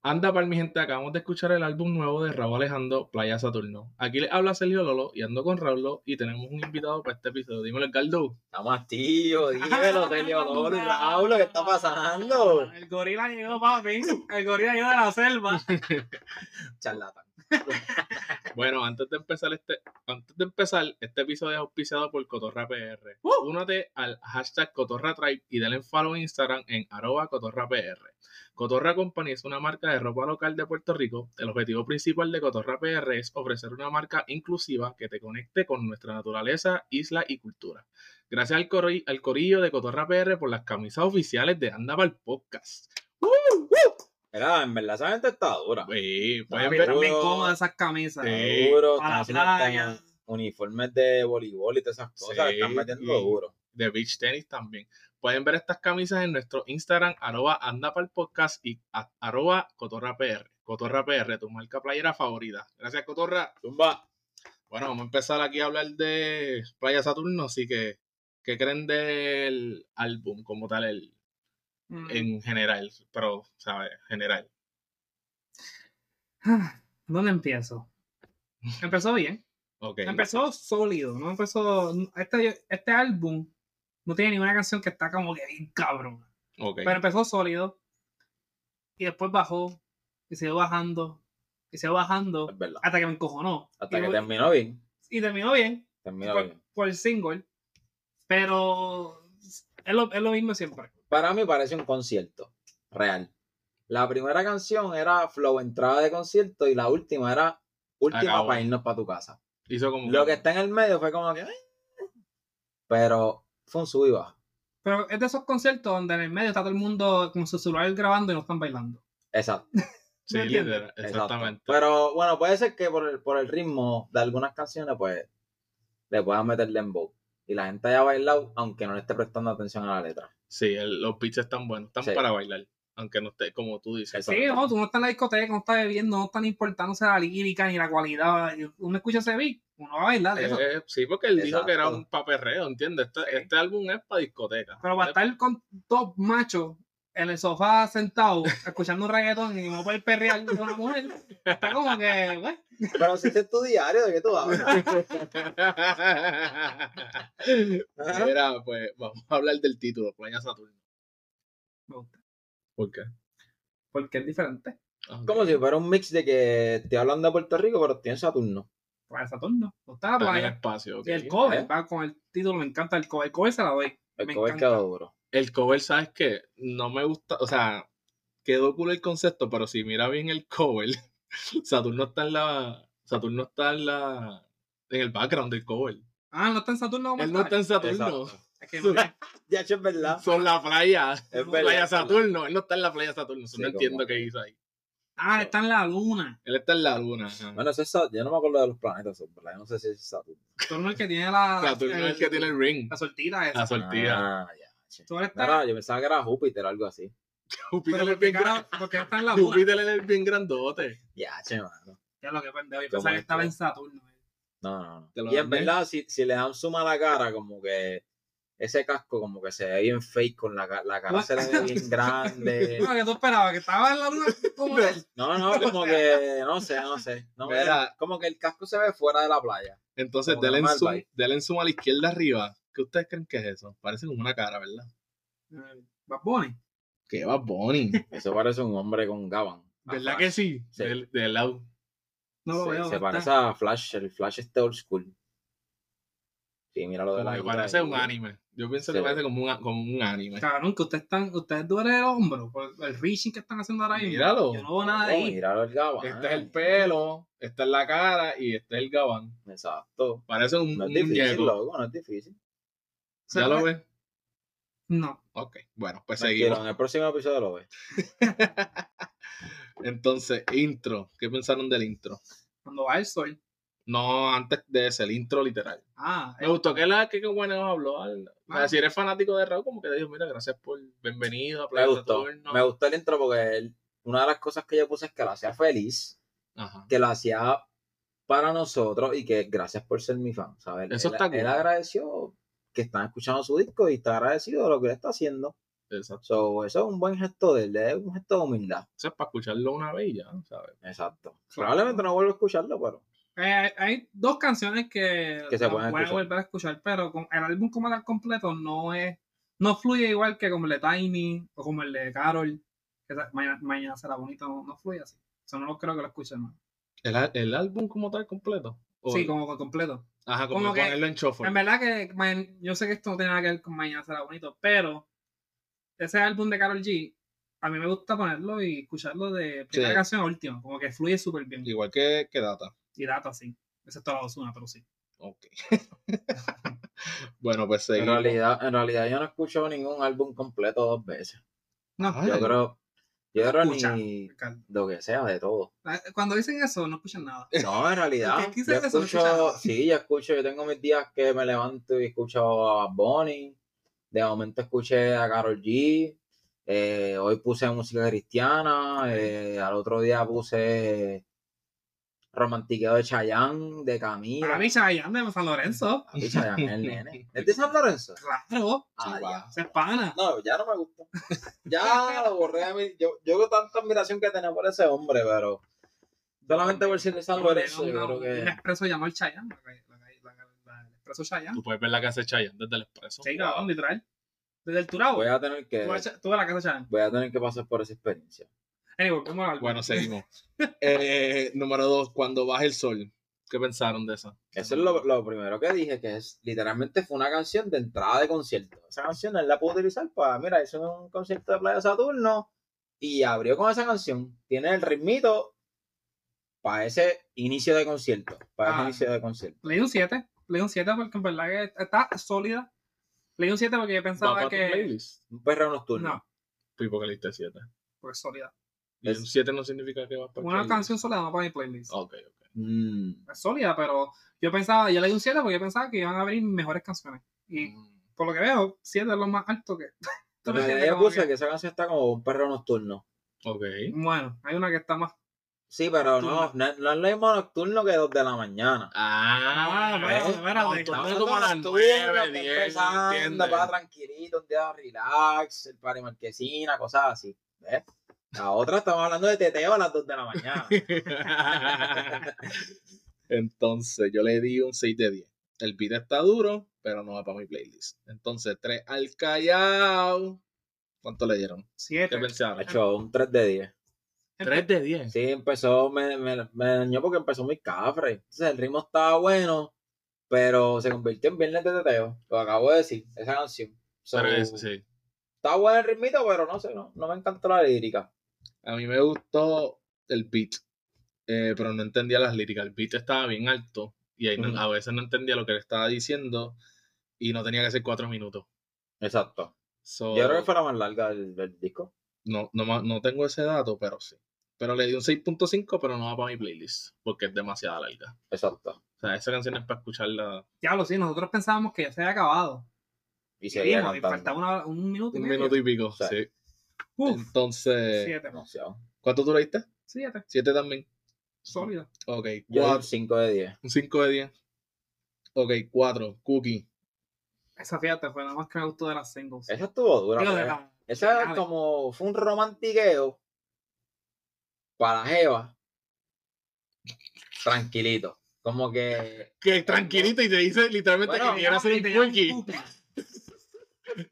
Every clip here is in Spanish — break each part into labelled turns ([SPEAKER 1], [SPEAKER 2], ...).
[SPEAKER 1] Anda para mi gente, acabamos de escuchar el álbum nuevo de Raúl Alejandro, Playa Saturno. Aquí les habla Sergio Lolo y ando con Raúl y tenemos un invitado para este episodio. Dímelo, Edgardo.
[SPEAKER 2] Estamos tío, dímelo, Sergio Lolo y Raúl, ¿qué está pasando?
[SPEAKER 3] El gorila llegó, papi. El gorila llegó de la selva.
[SPEAKER 2] Charlatán.
[SPEAKER 1] Bueno, antes de empezar este, antes de empezar, este episodio es auspiciado por Cotorra PR.
[SPEAKER 3] ¡Uh!
[SPEAKER 1] Únete al hashtag Cotorra Tribe y denle follow en Instagram en arroba Cotorra PR. Cotorra Company es una marca de ropa local de Puerto Rico. El objetivo principal de Cotorra PR es ofrecer una marca inclusiva que te conecte con nuestra naturaleza, isla y cultura. Gracias al, corri- al corillo de Cotorra PR por las camisas oficiales de Anda Pa'l Podcast.
[SPEAKER 2] Era, en verdad, esa gente está dura.
[SPEAKER 1] Uy, pueden
[SPEAKER 3] Papi,
[SPEAKER 1] ver-
[SPEAKER 3] están bien cómodas esas camisas.
[SPEAKER 1] Sí.
[SPEAKER 2] Está Duro,
[SPEAKER 3] Para la
[SPEAKER 2] están haciendo hasta
[SPEAKER 3] playa.
[SPEAKER 2] uniformes de voleibol y todas esas cosas,
[SPEAKER 1] Sí,
[SPEAKER 2] le están metiendo
[SPEAKER 1] y-
[SPEAKER 2] duro.
[SPEAKER 1] de beach tenis también. Pueden ver estas camisas en nuestro Instagram, arroba anda pa'l podcast y a- arroba cotorra PR. Cotorra PR, tu marca playera favorita. Gracias, Cotorra.
[SPEAKER 2] Zumba.
[SPEAKER 1] Bueno, vamos a empezar aquí a hablar de Playa Saturno, así que, ¿qué creen del álbum como tal el,
[SPEAKER 3] Mm.
[SPEAKER 1] en general? Pero, ¿sabes? General.
[SPEAKER 3] ¿Dónde empiezo? Empezó bien.
[SPEAKER 1] Ok.
[SPEAKER 3] Empezó sólido. No empezó. Este, este álbum no tiene ninguna canción que está como que bien cabrón.
[SPEAKER 1] ok.
[SPEAKER 3] Pero empezó sólido. Y después bajó. Y siguió bajando. Y siguió bajando.
[SPEAKER 2] Es verdad.
[SPEAKER 3] Hasta que me encojonó.
[SPEAKER 2] Hasta
[SPEAKER 3] y,
[SPEAKER 2] que terminó bien.
[SPEAKER 3] y terminó bien.
[SPEAKER 2] Terminó
[SPEAKER 3] Por,
[SPEAKER 2] bien.
[SPEAKER 3] por el single. Pero es lo, es lo mismo siempre.
[SPEAKER 2] Para mí parece un concierto real. La primera canción era flow entrada de concierto y la última era última
[SPEAKER 1] Acabó.
[SPEAKER 2] para irnos para tu casa.
[SPEAKER 1] Hizo como.
[SPEAKER 2] Lo que está en el medio fue como que. "Eh". Pero fue un sub y baja.
[SPEAKER 3] Pero es de esos conciertos donde en el medio está todo el mundo con su celular grabando y no están bailando.
[SPEAKER 2] Exacto.
[SPEAKER 1] Sí,
[SPEAKER 3] ¿me entiendes?
[SPEAKER 1] literal,
[SPEAKER 2] exacto.
[SPEAKER 1] Exactamente.
[SPEAKER 2] Pero bueno, puede ser que por el, por el ritmo de algunas canciones, pues le puedan meter dembow. Y la gente haya bailado, aunque no le esté prestando atención a la letra.
[SPEAKER 1] Sí, el- los pitches están buenos. Están
[SPEAKER 2] Sí.
[SPEAKER 1] para bailar. Aunque no esté, como tú dices.
[SPEAKER 2] Exacto.
[SPEAKER 3] Sí, no, tú no estás en la discoteca, no estás bebiendo, no están importándose la lírica ni la cualidad. Uno escucha ese beat, uno va a bailar. eso.
[SPEAKER 1] Eh, sí, porque él dijo que era
[SPEAKER 2] Exacto.
[SPEAKER 1] un paperreo, ¿entiendes? Este,
[SPEAKER 3] Sí.
[SPEAKER 1] este álbum es para discoteca.
[SPEAKER 3] Pero va a estar con dos machos en el sofá sentado, escuchando un reggaetón y no poder perrear con una mujer. Está como que, bueno,
[SPEAKER 2] Pero si este es tu diario, ¿de qué tú hablas? Ajá.
[SPEAKER 1] Mira, pues vamos a hablar del título, Playa Saturno.
[SPEAKER 3] me gusta.
[SPEAKER 1] ¿Por qué?
[SPEAKER 3] Porque es diferente.
[SPEAKER 1] Ah,
[SPEAKER 2] Como si fuera un mix de que estoy hablando de Puerto Rico, pero estoy en Saturno.
[SPEAKER 3] Para Saturno, no está la
[SPEAKER 1] está en el
[SPEAKER 3] playa.
[SPEAKER 1] espacio. ok.
[SPEAKER 3] Y el cover,
[SPEAKER 2] ¿Eh?
[SPEAKER 3] va con el título, me encanta el cover. El cover se la doy.
[SPEAKER 2] El
[SPEAKER 3] Me
[SPEAKER 2] cover
[SPEAKER 3] encanta.
[SPEAKER 2] quedó duro.
[SPEAKER 1] El cover, ¿sabes qué? No me gusta, o sea, quedó cool el concepto, pero si mira bien el cover, Saturno está en la. Saturno está en la. En el background del cover.
[SPEAKER 3] Ah, no está en Saturno. ¿cómo
[SPEAKER 1] Él no está en Saturno.
[SPEAKER 2] Exacto.
[SPEAKER 3] Es que no-
[SPEAKER 2] Ya, eso es verdad.
[SPEAKER 1] Son la playa.
[SPEAKER 2] Es verdad.
[SPEAKER 1] Playa Saturno. Él no está en la playa Saturno. Eso
[SPEAKER 2] Sí,
[SPEAKER 1] no
[SPEAKER 2] como-
[SPEAKER 1] entiendo qué hizo ahí.
[SPEAKER 3] Ah, está en la luna.
[SPEAKER 1] Él está en la luna. ajá.
[SPEAKER 2] Bueno, eso es Sat- yo no me acuerdo de los planetas, ¿verdad? Yo no sé si es Saturno.
[SPEAKER 3] Saturno es el que tiene la.
[SPEAKER 1] Saturno es el que tiene el ring.
[SPEAKER 3] La sortita esa.
[SPEAKER 1] La sortilla.
[SPEAKER 2] Ah, ya. che.
[SPEAKER 3] Saturno está.
[SPEAKER 2] Mira, yo pensaba que era Júpiter o algo así.
[SPEAKER 1] Júpiter
[SPEAKER 3] pero
[SPEAKER 1] es
[SPEAKER 3] porque,
[SPEAKER 1] bien gran-
[SPEAKER 3] cara- porque está en la luna.
[SPEAKER 1] Júpiter es bien grandote.
[SPEAKER 2] Ya, che, mano.
[SPEAKER 3] Ya lo que pendejo. Yo
[SPEAKER 2] Como
[SPEAKER 3] pensaba que estaba en
[SPEAKER 2] esto.
[SPEAKER 3] Saturno. eh.
[SPEAKER 2] No, no, no.
[SPEAKER 1] Te lo
[SPEAKER 2] Y en
[SPEAKER 1] dañé.
[SPEAKER 2] verdad, si, si le dan suma a la cara, como que ese casco como que se ve bien fake con la, ca- la cara se le ve bien grande.
[SPEAKER 3] No, que tú esperabas que estaba en la luna. ¿Cómo es?
[SPEAKER 2] No, no, como que no sé, no sé. No,
[SPEAKER 1] Mira.
[SPEAKER 2] era como que el casco se ve fuera de la playa.
[SPEAKER 1] Entonces,
[SPEAKER 2] Como
[SPEAKER 1] denle
[SPEAKER 2] normal,
[SPEAKER 1] en, zoom,
[SPEAKER 2] bye.
[SPEAKER 1] denle en zoom a la izquierda arriba. ¿Qué ustedes creen que es eso? Parece como una cara, ¿verdad?
[SPEAKER 3] Eh, Bad Bunny.
[SPEAKER 1] Que va Bonnie.
[SPEAKER 2] Eso parece un hombre con Gaban.
[SPEAKER 1] ¿Verdad
[SPEAKER 2] Ajá.
[SPEAKER 1] que sí?
[SPEAKER 2] Sí.
[SPEAKER 1] Del, del lado.
[SPEAKER 3] No lo
[SPEAKER 2] se,
[SPEAKER 3] veo.
[SPEAKER 2] se
[SPEAKER 3] ¿verdad?
[SPEAKER 2] parece a Flash, el Flash este old school. Sí, mira lo de
[SPEAKER 1] Como
[SPEAKER 2] la
[SPEAKER 1] que
[SPEAKER 2] la-
[SPEAKER 1] parece un anime. Yo pienso que
[SPEAKER 2] Sí.
[SPEAKER 1] parece como un, a- como un anime.
[SPEAKER 3] Cabrón, que ustedes están, ustedes duelen el hombro por el reaching que están haciendo ahora mismo.
[SPEAKER 1] Míralo.
[SPEAKER 3] Yo no veo nada de
[SPEAKER 2] Oh,
[SPEAKER 3] ahí.
[SPEAKER 2] míralo el Gaban.
[SPEAKER 1] Este es el pelo, esta es la cara y este es el gabán.
[SPEAKER 2] Exacto.
[SPEAKER 1] Parece un,
[SPEAKER 2] No es
[SPEAKER 1] un
[SPEAKER 2] difícil,
[SPEAKER 1] muñeco.
[SPEAKER 2] loco, no es difícil.
[SPEAKER 3] Se
[SPEAKER 1] ¿Ya
[SPEAKER 3] ve-
[SPEAKER 1] lo ves?
[SPEAKER 3] No.
[SPEAKER 1] Ok, bueno, pues
[SPEAKER 2] Tranquilo,
[SPEAKER 1] seguimos.
[SPEAKER 2] en el próximo episodio lo ves.
[SPEAKER 1] Entonces, intro. ¿Qué pensaron del intro?
[SPEAKER 3] Cuando va el sol.
[SPEAKER 1] No, antes de ese, el intro literal.
[SPEAKER 3] Ah,
[SPEAKER 1] Me gustó que la que bueno nos habló. al- o sea,
[SPEAKER 3] Ah.
[SPEAKER 1] si eres fanático de Raúl, como que te dijo, mira, gracias por bienvenido a
[SPEAKER 2] Me
[SPEAKER 1] Playa
[SPEAKER 2] gustó.
[SPEAKER 1] Saturno.
[SPEAKER 2] Me gustó el intro porque él- una de las cosas que yo puse es que lo hacía feliz,
[SPEAKER 1] Ajá.
[SPEAKER 2] que lo hacía para nosotros y que gracias por ser mi fan. ¿sabes?
[SPEAKER 1] Eso
[SPEAKER 2] él,
[SPEAKER 1] está
[SPEAKER 2] él
[SPEAKER 1] cool.
[SPEAKER 2] agradeció que están escuchando su disco y está agradecido de lo que él está haciendo.
[SPEAKER 1] Exacto.
[SPEAKER 2] So, eso es un buen gesto de él, es un gesto de humildad.
[SPEAKER 1] Eso es para escucharlo una vez y ya, ¿sabes?
[SPEAKER 2] Exacto. Probablemente no vuelva a escucharlo, pero
[SPEAKER 3] Eh, hay, hay dos canciones que,
[SPEAKER 2] Que se
[SPEAKER 3] las
[SPEAKER 2] pueden
[SPEAKER 3] voy a
[SPEAKER 2] escuchar.
[SPEAKER 3] volver a escuchar, pero con el álbum como tal completo no es, no fluye igual que como el de Tiny o como el de Carol. que esa- mañana, mañana será bonito, no, no fluye así. Eso no lo creo que lo escuchen más.
[SPEAKER 1] El, al- el álbum como tal completo. O-
[SPEAKER 3] Sí, como que completo.
[SPEAKER 1] Ajá, como,
[SPEAKER 3] como que-
[SPEAKER 1] ponerlo en shuffle.
[SPEAKER 3] En verdad que ma- yo sé que esto no tiene nada que ver con Mañana será bonito, pero ese álbum de Carol G, a mí me gusta ponerlo y escucharlo de primera
[SPEAKER 1] Sí.
[SPEAKER 3] canción a última, como que fluye súper bien.
[SPEAKER 1] Igual que, que Data.
[SPEAKER 3] Y dato así. Ese es todo Ozuna, pero sí.
[SPEAKER 1] Ok. bueno, pues
[SPEAKER 2] en
[SPEAKER 1] seguimos.
[SPEAKER 2] realidad, en realidad yo no he escuchado ningún álbum completo dos veces.
[SPEAKER 3] No,
[SPEAKER 1] Ay,
[SPEAKER 2] Yo creo, yo creo
[SPEAKER 3] Escucha.
[SPEAKER 2] ni
[SPEAKER 3] Ricardo.
[SPEAKER 2] lo que sea de todo.
[SPEAKER 3] Ah, Cuando dicen eso, no escuchan nada.
[SPEAKER 2] No, en realidad.
[SPEAKER 3] Ok, quise
[SPEAKER 2] Yo
[SPEAKER 3] eso, no
[SPEAKER 2] escucho,
[SPEAKER 3] escuchaba.
[SPEAKER 2] sí, yo escucho, yo tengo mis días que me levanto y escucho a Bonnie. De momento escuché a Carol G. eh, hoy puse música cristiana. eh, al otro día puse romantiqueo de Chayanne, de Camila.
[SPEAKER 3] Para mí, Chayanne de San Lorenzo.
[SPEAKER 2] Papi, Chayanne es el nene. ¿Es de San Lorenzo?
[SPEAKER 3] Claro,
[SPEAKER 2] Ah, ya.
[SPEAKER 3] se pana.
[SPEAKER 2] No, ya no me gusta. Ya lo borré a mí. Yo, yo con tanta admiración que tenía por ese hombre, pero solamente por ser de San Lorenzo, yo creo que.
[SPEAKER 3] El expreso llamó al Chayanne. la calle- la calle- la- la- El expreso Chayanne.
[SPEAKER 1] Tú puedes ver la casa de Chayanne desde el expreso.
[SPEAKER 3] Sí, cabrón, literal. Desde el Turabo.
[SPEAKER 2] Voy a tener que.
[SPEAKER 3] Tú a Cha- tú a la casa de Chayanne.
[SPEAKER 2] voy a tener que pasar por esa experiencia.
[SPEAKER 3] Anyway, volvemos al álbum.
[SPEAKER 1] Bueno, seguimos. Eh, número dos, cuando baja el sol. ¿Qué pensaron de esa?
[SPEAKER 2] Eso es lo, lo primero que dije, que es literalmente fue una canción de entrada de concierto. Esa canción él la pudo utilizar para, mira, hizo un concierto de Playa Saturno y abrió con esa canción. Tiene el ritmito para ese inicio de concierto, para ese
[SPEAKER 3] Ah.
[SPEAKER 2] inicio de concierto.
[SPEAKER 3] Leí un 7. Leí un 7 porque en verdad que está sólida. Leí un 7 porque yo
[SPEAKER 1] ¿Va para
[SPEAKER 3] pensaba
[SPEAKER 1] tu
[SPEAKER 3] que.
[SPEAKER 1] playlist?
[SPEAKER 2] Un perreo nocturno.
[SPEAKER 3] No,
[SPEAKER 1] Fui porque le diste 7.
[SPEAKER 3] pues sólida.
[SPEAKER 1] Y
[SPEAKER 2] Es-
[SPEAKER 1] un 7 no significa que vas para
[SPEAKER 3] Una
[SPEAKER 1] playlist.
[SPEAKER 3] canción sólida no para mi playlist.
[SPEAKER 2] Oh.
[SPEAKER 1] Ok, ok.
[SPEAKER 2] Mm,
[SPEAKER 3] Es sólida, pero yo pensaba, yo leí un 7 porque yo pensaba que iban a venir mejores canciones. Y
[SPEAKER 1] Mm.
[SPEAKER 3] por lo que veo, 7 es lo más alto que. ¿Tú me
[SPEAKER 2] pero
[SPEAKER 3] entiendes?
[SPEAKER 2] yo
[SPEAKER 3] Como
[SPEAKER 2] puse que esa canción está como un perreo nocturno.
[SPEAKER 1] Ok.
[SPEAKER 3] que- Bueno, hay una que está más.
[SPEAKER 2] Sí, pero no, no, no es lo mismo nocturno que dos de la mañana.
[SPEAKER 1] Ah,
[SPEAKER 3] Ah, bueno, espérate.
[SPEAKER 1] Tú
[SPEAKER 2] Estamos
[SPEAKER 1] eres como a las
[SPEAKER 2] hablando
[SPEAKER 1] nueve,
[SPEAKER 2] nocturno, está
[SPEAKER 1] diez,
[SPEAKER 2] pues, empezando,
[SPEAKER 1] ¿entiendes?
[SPEAKER 2] va tranquilito, un día relax, el party marquesina, cosas así. ¿Ves? La otra estamos hablando de teteo a las 2 de la mañana.
[SPEAKER 1] Entonces, yo le di un 6 de 10. El beat está duro, pero no va para mi playlist. Entonces, 3 al Callao. ¿Cuánto le dieron?
[SPEAKER 3] 7.
[SPEAKER 1] ¿Qué pensaron?
[SPEAKER 2] Hecho un 3 de 10.
[SPEAKER 1] Tres de 10.
[SPEAKER 2] Sí, empezó, me, me, me dañó porque empezó muy cafre. Entonces el ritmo estaba bueno, pero se convirtió en viernes de teteo. Lo acabo de decir, esa canción. So,
[SPEAKER 1] Pero es- sí.
[SPEAKER 2] Está bueno el ritmito, pero no sé, no, no me encantó la lírica.
[SPEAKER 1] A mí me gustó el beat, eh, pero no entendía las líricas. El beat estaba bien alto y ahí no-
[SPEAKER 2] Ujú.
[SPEAKER 1] a veces no entendía lo que le estaba diciendo y no tenía que ser cuatro minutos.
[SPEAKER 2] Exacto.
[SPEAKER 1] So,
[SPEAKER 2] Yo creo que fue la más larga del, del disco.
[SPEAKER 1] no, no, ma- no tengo ese dato, pero sí. Pero le di un 6.5, pero no va para mi playlist porque es demasiado larga.
[SPEAKER 2] Exacto.
[SPEAKER 1] O sea, esa canción es para escucharla
[SPEAKER 3] Diablo, sí, nosotros pensábamos que ya se había acabado.
[SPEAKER 2] Y
[SPEAKER 3] Y,
[SPEAKER 2] seguía
[SPEAKER 3] vimos, y
[SPEAKER 2] cantando.
[SPEAKER 3] faltaba una- un minuto y
[SPEAKER 1] un
[SPEAKER 3] medio.
[SPEAKER 1] minuto y pico.
[SPEAKER 2] Sí.
[SPEAKER 1] sí.
[SPEAKER 3] Uf,
[SPEAKER 1] Entonces,
[SPEAKER 3] 7.
[SPEAKER 2] Demasiado.
[SPEAKER 1] ¿cuánto tú le diste?
[SPEAKER 3] 7.
[SPEAKER 1] ¿Siete también?
[SPEAKER 3] Sólida.
[SPEAKER 1] Ok,
[SPEAKER 2] Yo doy
[SPEAKER 1] cuatro.
[SPEAKER 2] un 5 de 10.
[SPEAKER 1] Un 5 de 10. Ok, 4. Cookie.
[SPEAKER 3] Esa fíjate fue la más que me gustó de las singles.
[SPEAKER 2] Esa estuvo dura.
[SPEAKER 3] Digo, de
[SPEAKER 2] porque
[SPEAKER 3] la-
[SPEAKER 2] Esa es
[SPEAKER 3] Dale.
[SPEAKER 2] como fue un romantiqueo para Jeva. Tranquilito. Como que
[SPEAKER 1] Que tranquilito y te dice literalmente
[SPEAKER 2] Bueno,
[SPEAKER 1] que quiere ser un
[SPEAKER 3] Y te llaman
[SPEAKER 1] cookie.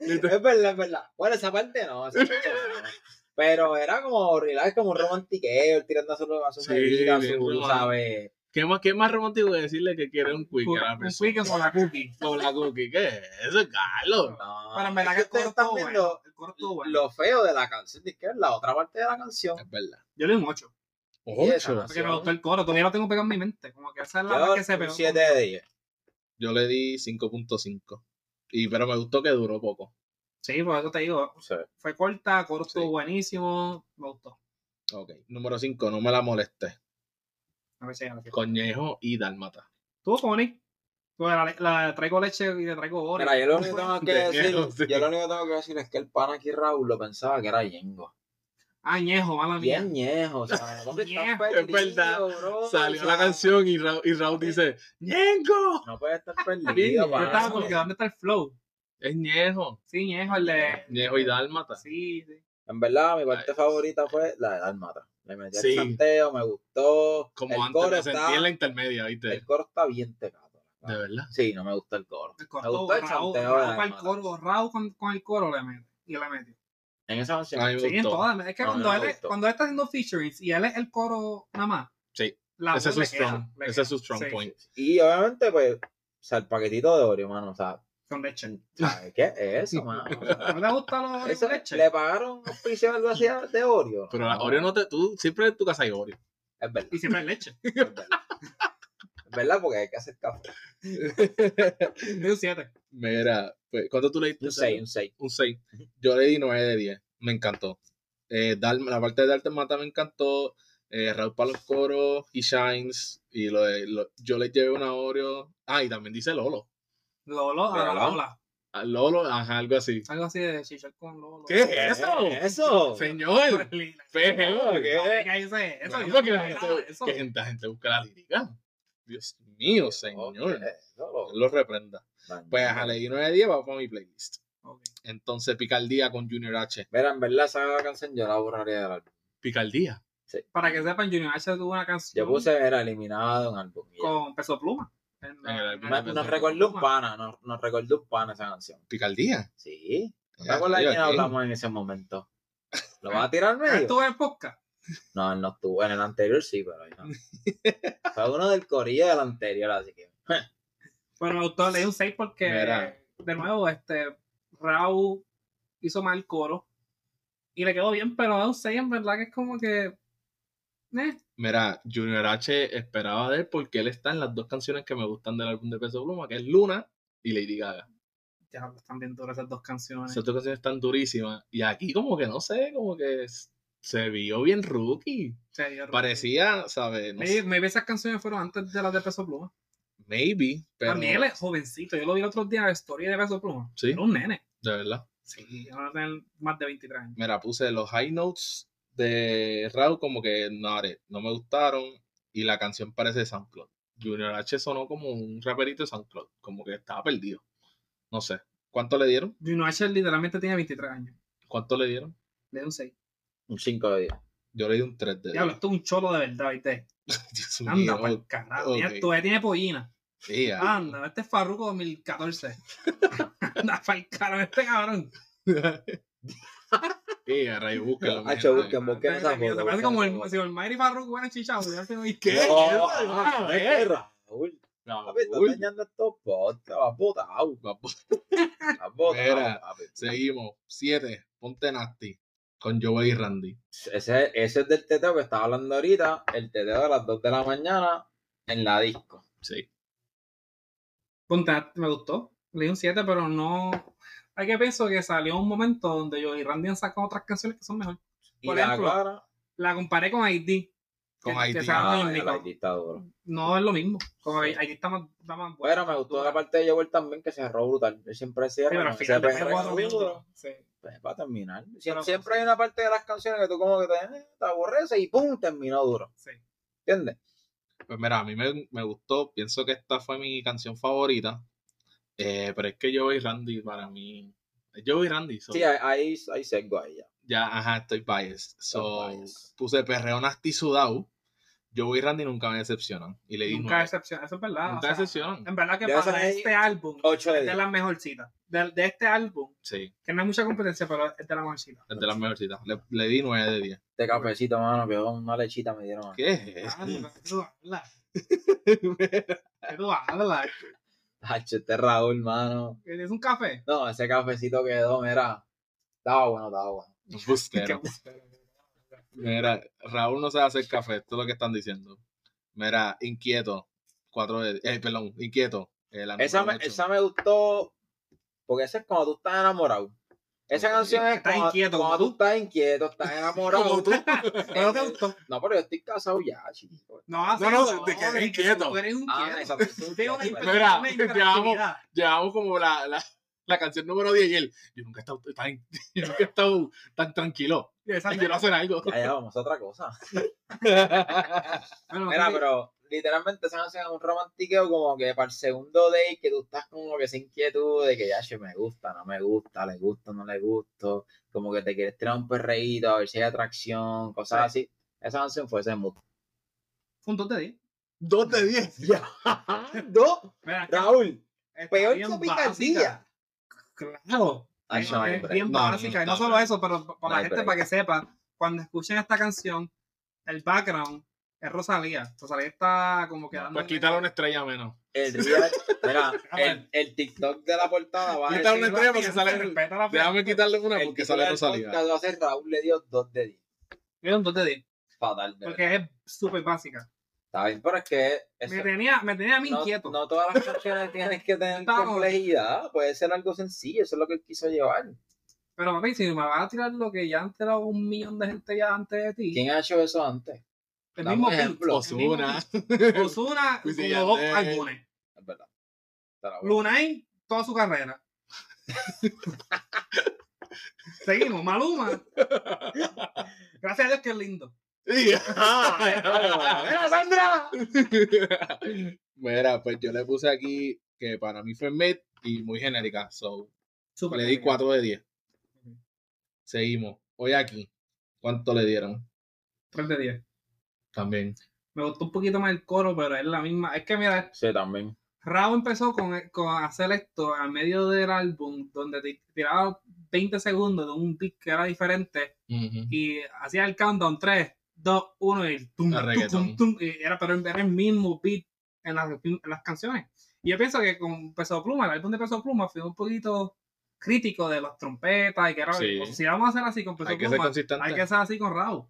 [SPEAKER 2] es verdad, es verdad. Bueno, esa parte no, esa parte no. Pero era como relax, como un romantiqueo, él tirando a su a su
[SPEAKER 1] Sí,
[SPEAKER 2] bebida, a
[SPEAKER 1] bien
[SPEAKER 2] su,
[SPEAKER 1] romántico.
[SPEAKER 2] ¿sabes?
[SPEAKER 1] ¿Qué más, ¿Qué más romántico que decirle que quiere un
[SPEAKER 3] Un
[SPEAKER 1] cookie a la
[SPEAKER 3] un
[SPEAKER 1] persona?
[SPEAKER 3] cookie con la cookie.
[SPEAKER 1] Con la cookie, ¿qué es eso, Carlos?
[SPEAKER 2] No.
[SPEAKER 3] Pero en
[SPEAKER 2] Es
[SPEAKER 3] verdad
[SPEAKER 2] que
[SPEAKER 3] que el
[SPEAKER 2] ustedes
[SPEAKER 3] coro
[SPEAKER 2] están
[SPEAKER 3] estuvo
[SPEAKER 2] viendo
[SPEAKER 3] bueno. El coro estuvo bueno.
[SPEAKER 2] lo feo de la canción, de que es la otra parte de la canción.
[SPEAKER 1] Es verdad.
[SPEAKER 3] Yo le doy un 8.
[SPEAKER 2] Ocho.
[SPEAKER 3] Porque me gustó el coro. Todavía lo tengo pegado en mi mente. Como que esa es la
[SPEAKER 2] Yo
[SPEAKER 3] más que se
[SPEAKER 2] un
[SPEAKER 3] pegó.
[SPEAKER 2] 7 de 10.
[SPEAKER 1] Yo le di 5.5. Y pero me gustó que duró poco.
[SPEAKER 3] Sí, por eso te digo.
[SPEAKER 2] O sea,
[SPEAKER 3] Fue corta, coro estuvo
[SPEAKER 1] Sí.
[SPEAKER 3] buenísimo. Me gustó.
[SPEAKER 1] Ok. Número 5, no me la molesté.
[SPEAKER 3] A ver si llega la fiesta.
[SPEAKER 1] Conejo y Dálmata.
[SPEAKER 3] Estuvo funny. Bueno, pues, la, la de traigo leche y le traigo oro.
[SPEAKER 2] Mira, yo lo único que tengo que
[SPEAKER 1] De
[SPEAKER 2] decir,
[SPEAKER 1] miedo, sí.
[SPEAKER 2] yo lo único que tengo que decir es que el pan aquí Raúl lo pensaba que era Yengo.
[SPEAKER 3] Añejo, Ah, mala mía.
[SPEAKER 2] Bien ñejo, o sea, el hombre está
[SPEAKER 3] Ñejo.
[SPEAKER 1] Es
[SPEAKER 2] perdido,
[SPEAKER 1] verdad.
[SPEAKER 2] bro,
[SPEAKER 1] Salió
[SPEAKER 2] o
[SPEAKER 1] la
[SPEAKER 2] sea,
[SPEAKER 1] canción y, Ra- y Raúl dice, ¡Ñengo!
[SPEAKER 2] No puede estar
[SPEAKER 3] Bien,
[SPEAKER 2] perdido,
[SPEAKER 3] yo estaba
[SPEAKER 2] pana.
[SPEAKER 3] porque ¿dónde está el flow?
[SPEAKER 1] Es Ñejo.
[SPEAKER 3] Sí, Ñejo, el de.
[SPEAKER 1] Ñejo y Dálmata.
[SPEAKER 3] Sí, sí.
[SPEAKER 2] En verdad, mi parte
[SPEAKER 1] Ay.
[SPEAKER 2] favorita fue la de Dalmata. Le metí
[SPEAKER 1] Sí.
[SPEAKER 2] el santeo, me gustó.
[SPEAKER 1] Como
[SPEAKER 2] el
[SPEAKER 1] antes
[SPEAKER 2] coro
[SPEAKER 1] me sentí
[SPEAKER 2] está-
[SPEAKER 1] en la intermedia, ¿viste?
[SPEAKER 2] El coro está bien tecado.
[SPEAKER 1] De verdad.
[SPEAKER 2] Sí, no me gusta el coro.
[SPEAKER 3] El
[SPEAKER 2] Me
[SPEAKER 3] cortó
[SPEAKER 2] gustó el chanteo
[SPEAKER 3] Raúl,
[SPEAKER 2] de
[SPEAKER 3] Raúl para el
[SPEAKER 2] Dálmata.
[SPEAKER 3] coro, Raúl con, con el coro le mete. Y le mete.
[SPEAKER 2] En esa canción.
[SPEAKER 1] A mí me
[SPEAKER 3] Sí, en
[SPEAKER 1] gustó.
[SPEAKER 3] todas. Es que
[SPEAKER 2] No,
[SPEAKER 3] cuando,
[SPEAKER 2] no me
[SPEAKER 3] él, es-
[SPEAKER 2] gustó.
[SPEAKER 3] cuando él está haciendo featurings y él es el coro nada más.
[SPEAKER 1] Sí.
[SPEAKER 3] la
[SPEAKER 1] Ese es
[SPEAKER 3] voz le
[SPEAKER 1] su strong,
[SPEAKER 3] queda, le
[SPEAKER 1] ese
[SPEAKER 3] queda.
[SPEAKER 1] es su strong
[SPEAKER 3] Sí,
[SPEAKER 1] point.
[SPEAKER 2] Y obviamente, pues, o sea, el paquetito de Oreo, mano. O sea,
[SPEAKER 3] Con leche.
[SPEAKER 2] ¿sabes ¿qué es eso, mano? O sea,
[SPEAKER 3] ¿No te gusta los Oreos
[SPEAKER 2] eso
[SPEAKER 3] con leche?
[SPEAKER 2] le pagaron un piso algo así a- de Oreo.
[SPEAKER 1] Pero la Oreo no te. Tú siempre en tu casa hay Oreo.
[SPEAKER 2] Es verdad.
[SPEAKER 3] Y siempre es leche.
[SPEAKER 2] Es verdad. Es verdad, porque hay que hacer café.
[SPEAKER 3] De un 7.
[SPEAKER 1] Mira, pues, ¿cuánto tú le diste?
[SPEAKER 2] Un 6, un 6.
[SPEAKER 1] un 6. Yo le di 9 de 10. Me encantó. Eh, Dal- la parte de Dalton Mata me encantó. Eh, Raúl para los coros y Shines. Y lo de- lo- yo le llevé una Oreo. Ah, y también dice Lolo.
[SPEAKER 3] Lolo a la
[SPEAKER 2] Regalado.
[SPEAKER 3] Lola.
[SPEAKER 1] Ah, Lolo, ajá, algo así.
[SPEAKER 3] Algo así de chichar con Lolo.
[SPEAKER 1] ¿Qué es eso?
[SPEAKER 2] ¡Eso!
[SPEAKER 1] Señor. Feo, ¿qué?
[SPEAKER 3] ¿Qué dice eso?
[SPEAKER 1] Bueno,
[SPEAKER 3] Yo
[SPEAKER 1] porque
[SPEAKER 3] no
[SPEAKER 1] la
[SPEAKER 3] pensaba
[SPEAKER 1] gente,
[SPEAKER 3] eso.
[SPEAKER 1] que gente- la gente busca la lírica. Dios mío, señor.
[SPEAKER 2] ¿Qué es eso?
[SPEAKER 1] Dios lo reprenda. Pues ajá, le di 9 de 10, vamos para mi playlist.
[SPEAKER 3] Ok.
[SPEAKER 1] Entonces, Picardía con Junior H.
[SPEAKER 2] Mira, en verdad, esa canción yo la borraría del álbum.
[SPEAKER 1] Picardía.
[SPEAKER 3] Para que sepan, Junior H tuvo una canción
[SPEAKER 2] Yo puse, era eliminado en álbum. y ya.
[SPEAKER 3] con Peso Pluma. En
[SPEAKER 1] En el álbum
[SPEAKER 2] Nos-
[SPEAKER 1] de
[SPEAKER 2] Nos
[SPEAKER 1] Peso
[SPEAKER 2] recordó un pana, nos, nos recordó un pana esa canción.
[SPEAKER 1] Picardía.
[SPEAKER 2] Sí. ¿No ¿Te
[SPEAKER 1] Ah,
[SPEAKER 2] acuerdas de
[SPEAKER 1] tío,
[SPEAKER 2] quién
[SPEAKER 1] ¿quién?
[SPEAKER 2] hablamos en ese momento? ¿Lo vas a tirar al medio?
[SPEAKER 3] Estuve en podcast.
[SPEAKER 2] No, él no estuvo. En el anterior sí, pero ahí no. Fue uno del corillo del anterior, así que.
[SPEAKER 3] Bueno, me gustó, le di un 6 porque,
[SPEAKER 1] Mira.
[SPEAKER 3] de nuevo, este, Raúl hizo mal el coro y le quedó bien, pero a un 6 en verdad que es como que. eh,
[SPEAKER 1] Mira, Junior H esperaba de él porque él está en las dos canciones que me gustan del álbum de Peso Pluma, que es Luna y Lady Gaga.
[SPEAKER 3] ya están bien duras esas dos canciones.
[SPEAKER 1] Esas dos canciones están durísimas. Y aquí como que no sé, como que s- se vio bien rookie.
[SPEAKER 3] Serio,
[SPEAKER 1] Parecía, ¿sabes? No
[SPEAKER 3] Maybe,
[SPEAKER 1] sé,
[SPEAKER 3] maybe esas canciones fueron antes de las de Peso Pluma.
[SPEAKER 1] maybe, pero...
[SPEAKER 3] También él es jovencito. Yo lo vi el otro día en la historia de Peso Pluma.
[SPEAKER 1] Sí.
[SPEAKER 3] Era un nene.
[SPEAKER 1] De verdad.
[SPEAKER 3] Sí, ahora tiene más de 23 años.
[SPEAKER 1] Mira, puse los high notes de Raúl como que no, are- no me gustaron y la canción parece de SoundCloud. Junior H sonó como un raperito de SoundCloud, como que estaba perdido. No sé. ¿Cuánto le dieron?
[SPEAKER 3] Juno H literalmente tiene 23 años.
[SPEAKER 1] ¿Cuánto le dieron?
[SPEAKER 3] Le di un 6.
[SPEAKER 2] Un 5 de 10.
[SPEAKER 1] Yo le di un 3 de
[SPEAKER 3] Diablo, esto es un cholo de verdad, ¿viste? Anda, pues. pa'l carajo.
[SPEAKER 1] ok.
[SPEAKER 3] Mira, Todavía tiene pollina.
[SPEAKER 1] Tía.
[SPEAKER 3] Anda, este es Farruko 2014. Anda, pa'l carajo, este cabrón.
[SPEAKER 1] Tía, Ray, búscalo. mi
[SPEAKER 2] Hacho,
[SPEAKER 1] gente.
[SPEAKER 2] busquen, busquen
[SPEAKER 3] Este-
[SPEAKER 2] esa
[SPEAKER 3] este-
[SPEAKER 2] foto.
[SPEAKER 3] se
[SPEAKER 2] busquen
[SPEAKER 3] parece como
[SPEAKER 2] esa
[SPEAKER 3] el,
[SPEAKER 2] foto.
[SPEAKER 3] si el Mayri Farruko hubiera chichado. hubiera sido-
[SPEAKER 1] ¿Qué?
[SPEAKER 2] No,
[SPEAKER 1] ¿Qué?
[SPEAKER 2] no, es que Raúl,
[SPEAKER 1] No,
[SPEAKER 2] papi, estás
[SPEAKER 1] uy.
[SPEAKER 2] dañando estos podcasts. Vas botado, vas
[SPEAKER 1] Mira.
[SPEAKER 2] botado, papi.
[SPEAKER 1] Seguimos. 7. Ponte Nasty. Con Joey y Randy.
[SPEAKER 2] Ese, ese es del teteo que estaba hablando ahorita. El teteo de las 2 de la mañana en la disco.
[SPEAKER 1] Sí.
[SPEAKER 3] Ponte, me gustó. Le di un 7, pero no. Hay que pienso que salió un momento donde yo y Randy han sacado otras canciones que son mejores.
[SPEAKER 2] Y
[SPEAKER 3] Por
[SPEAKER 2] la
[SPEAKER 3] ejemplo,
[SPEAKER 2] Clara.
[SPEAKER 3] La comparé con ID.
[SPEAKER 1] Con
[SPEAKER 3] Que- que
[SPEAKER 1] ID.
[SPEAKER 3] sea-
[SPEAKER 2] Ah,
[SPEAKER 3] no,
[SPEAKER 2] el
[SPEAKER 3] Nico.
[SPEAKER 2] ID está duro.
[SPEAKER 3] No es lo mismo. Como que ID está más, está más buena.
[SPEAKER 2] Bueno, me gustó
[SPEAKER 3] Dura.
[SPEAKER 2] la parte de Joel también que cerró brutal. Él siempre
[SPEAKER 3] Sí,
[SPEAKER 2] cierra.
[SPEAKER 3] pero al
[SPEAKER 2] con
[SPEAKER 3] final
[SPEAKER 2] ese
[SPEAKER 3] después de
[SPEAKER 2] PR
[SPEAKER 3] cuatro
[SPEAKER 2] duro.
[SPEAKER 3] minutos. Sí.
[SPEAKER 2] Pues, para terminar. Sie-
[SPEAKER 3] Pero-
[SPEAKER 2] Siempre, hay una parte de las canciones que tú como que te, eh, te aborreces y ¡pum! terminó duro.
[SPEAKER 3] sí.
[SPEAKER 2] ¿Entiendes?
[SPEAKER 1] Pues mira, a mí me, me gustó. Pienso que esta fue mi canción favorita. Eh, pero es que Joey y Randy para mí. es Joey y Randy. so-
[SPEAKER 2] Sí, hay, hay, hay sesgo ahí
[SPEAKER 3] Este
[SPEAKER 2] ya.
[SPEAKER 1] Ya, ajá, estoy biased. So,
[SPEAKER 2] biased.
[SPEAKER 1] puse perreo Nasty Sudau. Joey y Randy nunca me decepcionan. Y le di
[SPEAKER 3] Nunca
[SPEAKER 1] nueve.
[SPEAKER 3] decepciona. Eso es verdad.
[SPEAKER 1] Nunca
[SPEAKER 3] o sea, em,
[SPEAKER 1] decepcionan.
[SPEAKER 3] En verdad que
[SPEAKER 2] Ya
[SPEAKER 3] para
[SPEAKER 2] sabes-
[SPEAKER 3] este álbum
[SPEAKER 2] 8 de
[SPEAKER 3] es de
[SPEAKER 2] 10.
[SPEAKER 3] las mejorcitas. De, de este álbum,
[SPEAKER 1] Sí,
[SPEAKER 3] que no hay mucha competencia, pero es de las mejorcitas.
[SPEAKER 1] es de las mejorcitas. Le, le di 9 de 10.
[SPEAKER 2] Este cafecito, mano, que una lechita me dieron.
[SPEAKER 1] ¿Qué es eso?
[SPEAKER 3] Ah, pero ¿qué tú hablas? ¿Qué tú hablas?
[SPEAKER 2] Hacho, este Raúl, mano.
[SPEAKER 3] ¿Es un café?
[SPEAKER 2] No, ese cafecito quedó, mira. Estaba bueno, estaba bueno.
[SPEAKER 1] Un busquero.
[SPEAKER 3] ¿Qué-
[SPEAKER 1] Mira, Raúl no sabe hacer café, esto es lo que están diciendo. Mira, inquieto. 4 de 10. Eh, perdón, inquieto. eh, la
[SPEAKER 2] Esa me,
[SPEAKER 1] número ocho.
[SPEAKER 2] esa me gustó porque esa es cuando tú estás enamorado. Esa
[SPEAKER 1] Ok.
[SPEAKER 2] canción es
[SPEAKER 3] Estás
[SPEAKER 2] cuando,
[SPEAKER 3] inquieto,
[SPEAKER 2] cuando
[SPEAKER 3] como
[SPEAKER 2] tú
[SPEAKER 3] tú.
[SPEAKER 2] estás inquieto, estás enamorado.
[SPEAKER 1] Como tú.
[SPEAKER 3] ¿No te gustó?
[SPEAKER 2] No, pero yo estoy casado ya, chico.
[SPEAKER 3] No,
[SPEAKER 1] No, no, de que eres inquieto.
[SPEAKER 3] Tú eres un
[SPEAKER 2] Ah,
[SPEAKER 3] quieto.
[SPEAKER 2] esa canción.
[SPEAKER 3] Tengo una
[SPEAKER 2] Pero-
[SPEAKER 1] Mira,
[SPEAKER 3] una
[SPEAKER 1] te
[SPEAKER 3] hiperactividad.
[SPEAKER 1] Llevamos como la, la, la canción número 10 y él. Yo nunca he estado tan, yo nunca he estado tan tranquilo.
[SPEAKER 3] Exacto.
[SPEAKER 1] Quiero hacer algo.
[SPEAKER 2] Ya, ya, vamos a otra cosa.
[SPEAKER 3] Bueno,
[SPEAKER 2] Mira,
[SPEAKER 3] sí,
[SPEAKER 2] pero literalmente se hace un romantiqueo como que para el segundo date que tú estás como que esa inquietud de que ya che, me gusta, no me gusta, le gusto, no le gusto, como que te quieres tirar un perreíto a ver si hay atracción, cosas así. Esa canción fue ese mood.
[SPEAKER 3] Fue un 2 de 10.
[SPEAKER 4] Dos de diez.
[SPEAKER 2] Ya. Dos.
[SPEAKER 3] Mira,
[SPEAKER 2] Raúl.
[SPEAKER 3] está
[SPEAKER 2] Peor
[SPEAKER 3] bien
[SPEAKER 2] que
[SPEAKER 3] básica.
[SPEAKER 2] picardía.
[SPEAKER 3] Claro.
[SPEAKER 2] Ay,
[SPEAKER 3] es,
[SPEAKER 2] no,
[SPEAKER 3] es
[SPEAKER 2] hombre.
[SPEAKER 3] bien
[SPEAKER 4] No, no,
[SPEAKER 3] básica. Y no
[SPEAKER 4] no,
[SPEAKER 3] solo eso, pero para
[SPEAKER 2] No
[SPEAKER 3] la
[SPEAKER 2] hay
[SPEAKER 3] gente
[SPEAKER 2] break.
[SPEAKER 3] para que sepa, cuando escuchen esta canción, el background es Rosalía. Rosalía está como que dando.
[SPEAKER 1] Pues quítale una estrella menos.
[SPEAKER 2] El, real- mira, el, el TikTok de la portada va a
[SPEAKER 3] Quítale
[SPEAKER 1] Quítale
[SPEAKER 2] decir,
[SPEAKER 1] una estrella porque sale.
[SPEAKER 3] Respeta la
[SPEAKER 1] Déjame quitarle una
[SPEAKER 2] el
[SPEAKER 1] porque
[SPEAKER 2] título
[SPEAKER 1] sale
[SPEAKER 2] del
[SPEAKER 1] Rosalía.
[SPEAKER 2] podcast va a ser Raúl le dio dos de 10.
[SPEAKER 3] Mira, un 2 de 10.
[SPEAKER 2] Fatal. de verdad.
[SPEAKER 3] Porque es súper básica.
[SPEAKER 2] Está bien, pero es que eso-
[SPEAKER 3] Me tenía, me tenía a mí
[SPEAKER 2] no,
[SPEAKER 3] inquieto.
[SPEAKER 2] no todas las canciones tienen que tener
[SPEAKER 3] Estamos.
[SPEAKER 2] complejidad. Puede ser algo sencillo, eso es lo que él quiso llevar.
[SPEAKER 3] Pero papi, si me vas a tirar lo que ya han tirado un millón de gente ya antes de ti.
[SPEAKER 2] ¿Quién ha hecho eso antes?
[SPEAKER 3] El
[SPEAKER 2] Dame
[SPEAKER 3] mismo
[SPEAKER 2] un ejemplo.
[SPEAKER 3] beat, el mismo
[SPEAKER 1] Osuna.
[SPEAKER 3] beat. Osuna,
[SPEAKER 1] Wisin y
[SPEAKER 3] como dos
[SPEAKER 1] Yandel.
[SPEAKER 3] álbumes.
[SPEAKER 2] Es verdad. Te la voy.
[SPEAKER 3] Lunay, toda su carrera. Seguimos, Maluma. Gracias a Dios que es lindo.
[SPEAKER 1] ¡Mira, Sandra! Mira, pues yo le puse aquí que para mí fue mid y muy genérica. So,
[SPEAKER 3] Súper
[SPEAKER 1] le di
[SPEAKER 3] genial.
[SPEAKER 1] 4 de 10. Seguimos. Hoy aquí. ¿Cuánto le dieron?
[SPEAKER 3] Tres de 10.
[SPEAKER 1] También.
[SPEAKER 3] Me gustó un poquito más el coro, pero es la misma. Es que mira,
[SPEAKER 2] Sí, también.
[SPEAKER 3] Rao empezó con, con hacer esto a medio del álbum, donde te tiraba 20 segundos de un beat que era diferente
[SPEAKER 1] Ujú.
[SPEAKER 3] y hacía el countdown 3, 2, 1 y el tum,
[SPEAKER 1] El
[SPEAKER 3] tum,
[SPEAKER 1] reggaetón.
[SPEAKER 3] tum, tum, y era, pero era el mismo beat en las, en las canciones. Y yo pienso que con Peso Pluma, el álbum de Peso Pluma fue un poquito crítico de las trompetas y que era,
[SPEAKER 1] Sí.
[SPEAKER 3] si vamos a hacer así con Peso
[SPEAKER 1] Hay que ser
[SPEAKER 3] Pluma,
[SPEAKER 1] consistente.
[SPEAKER 3] hay que hacer así con Rao.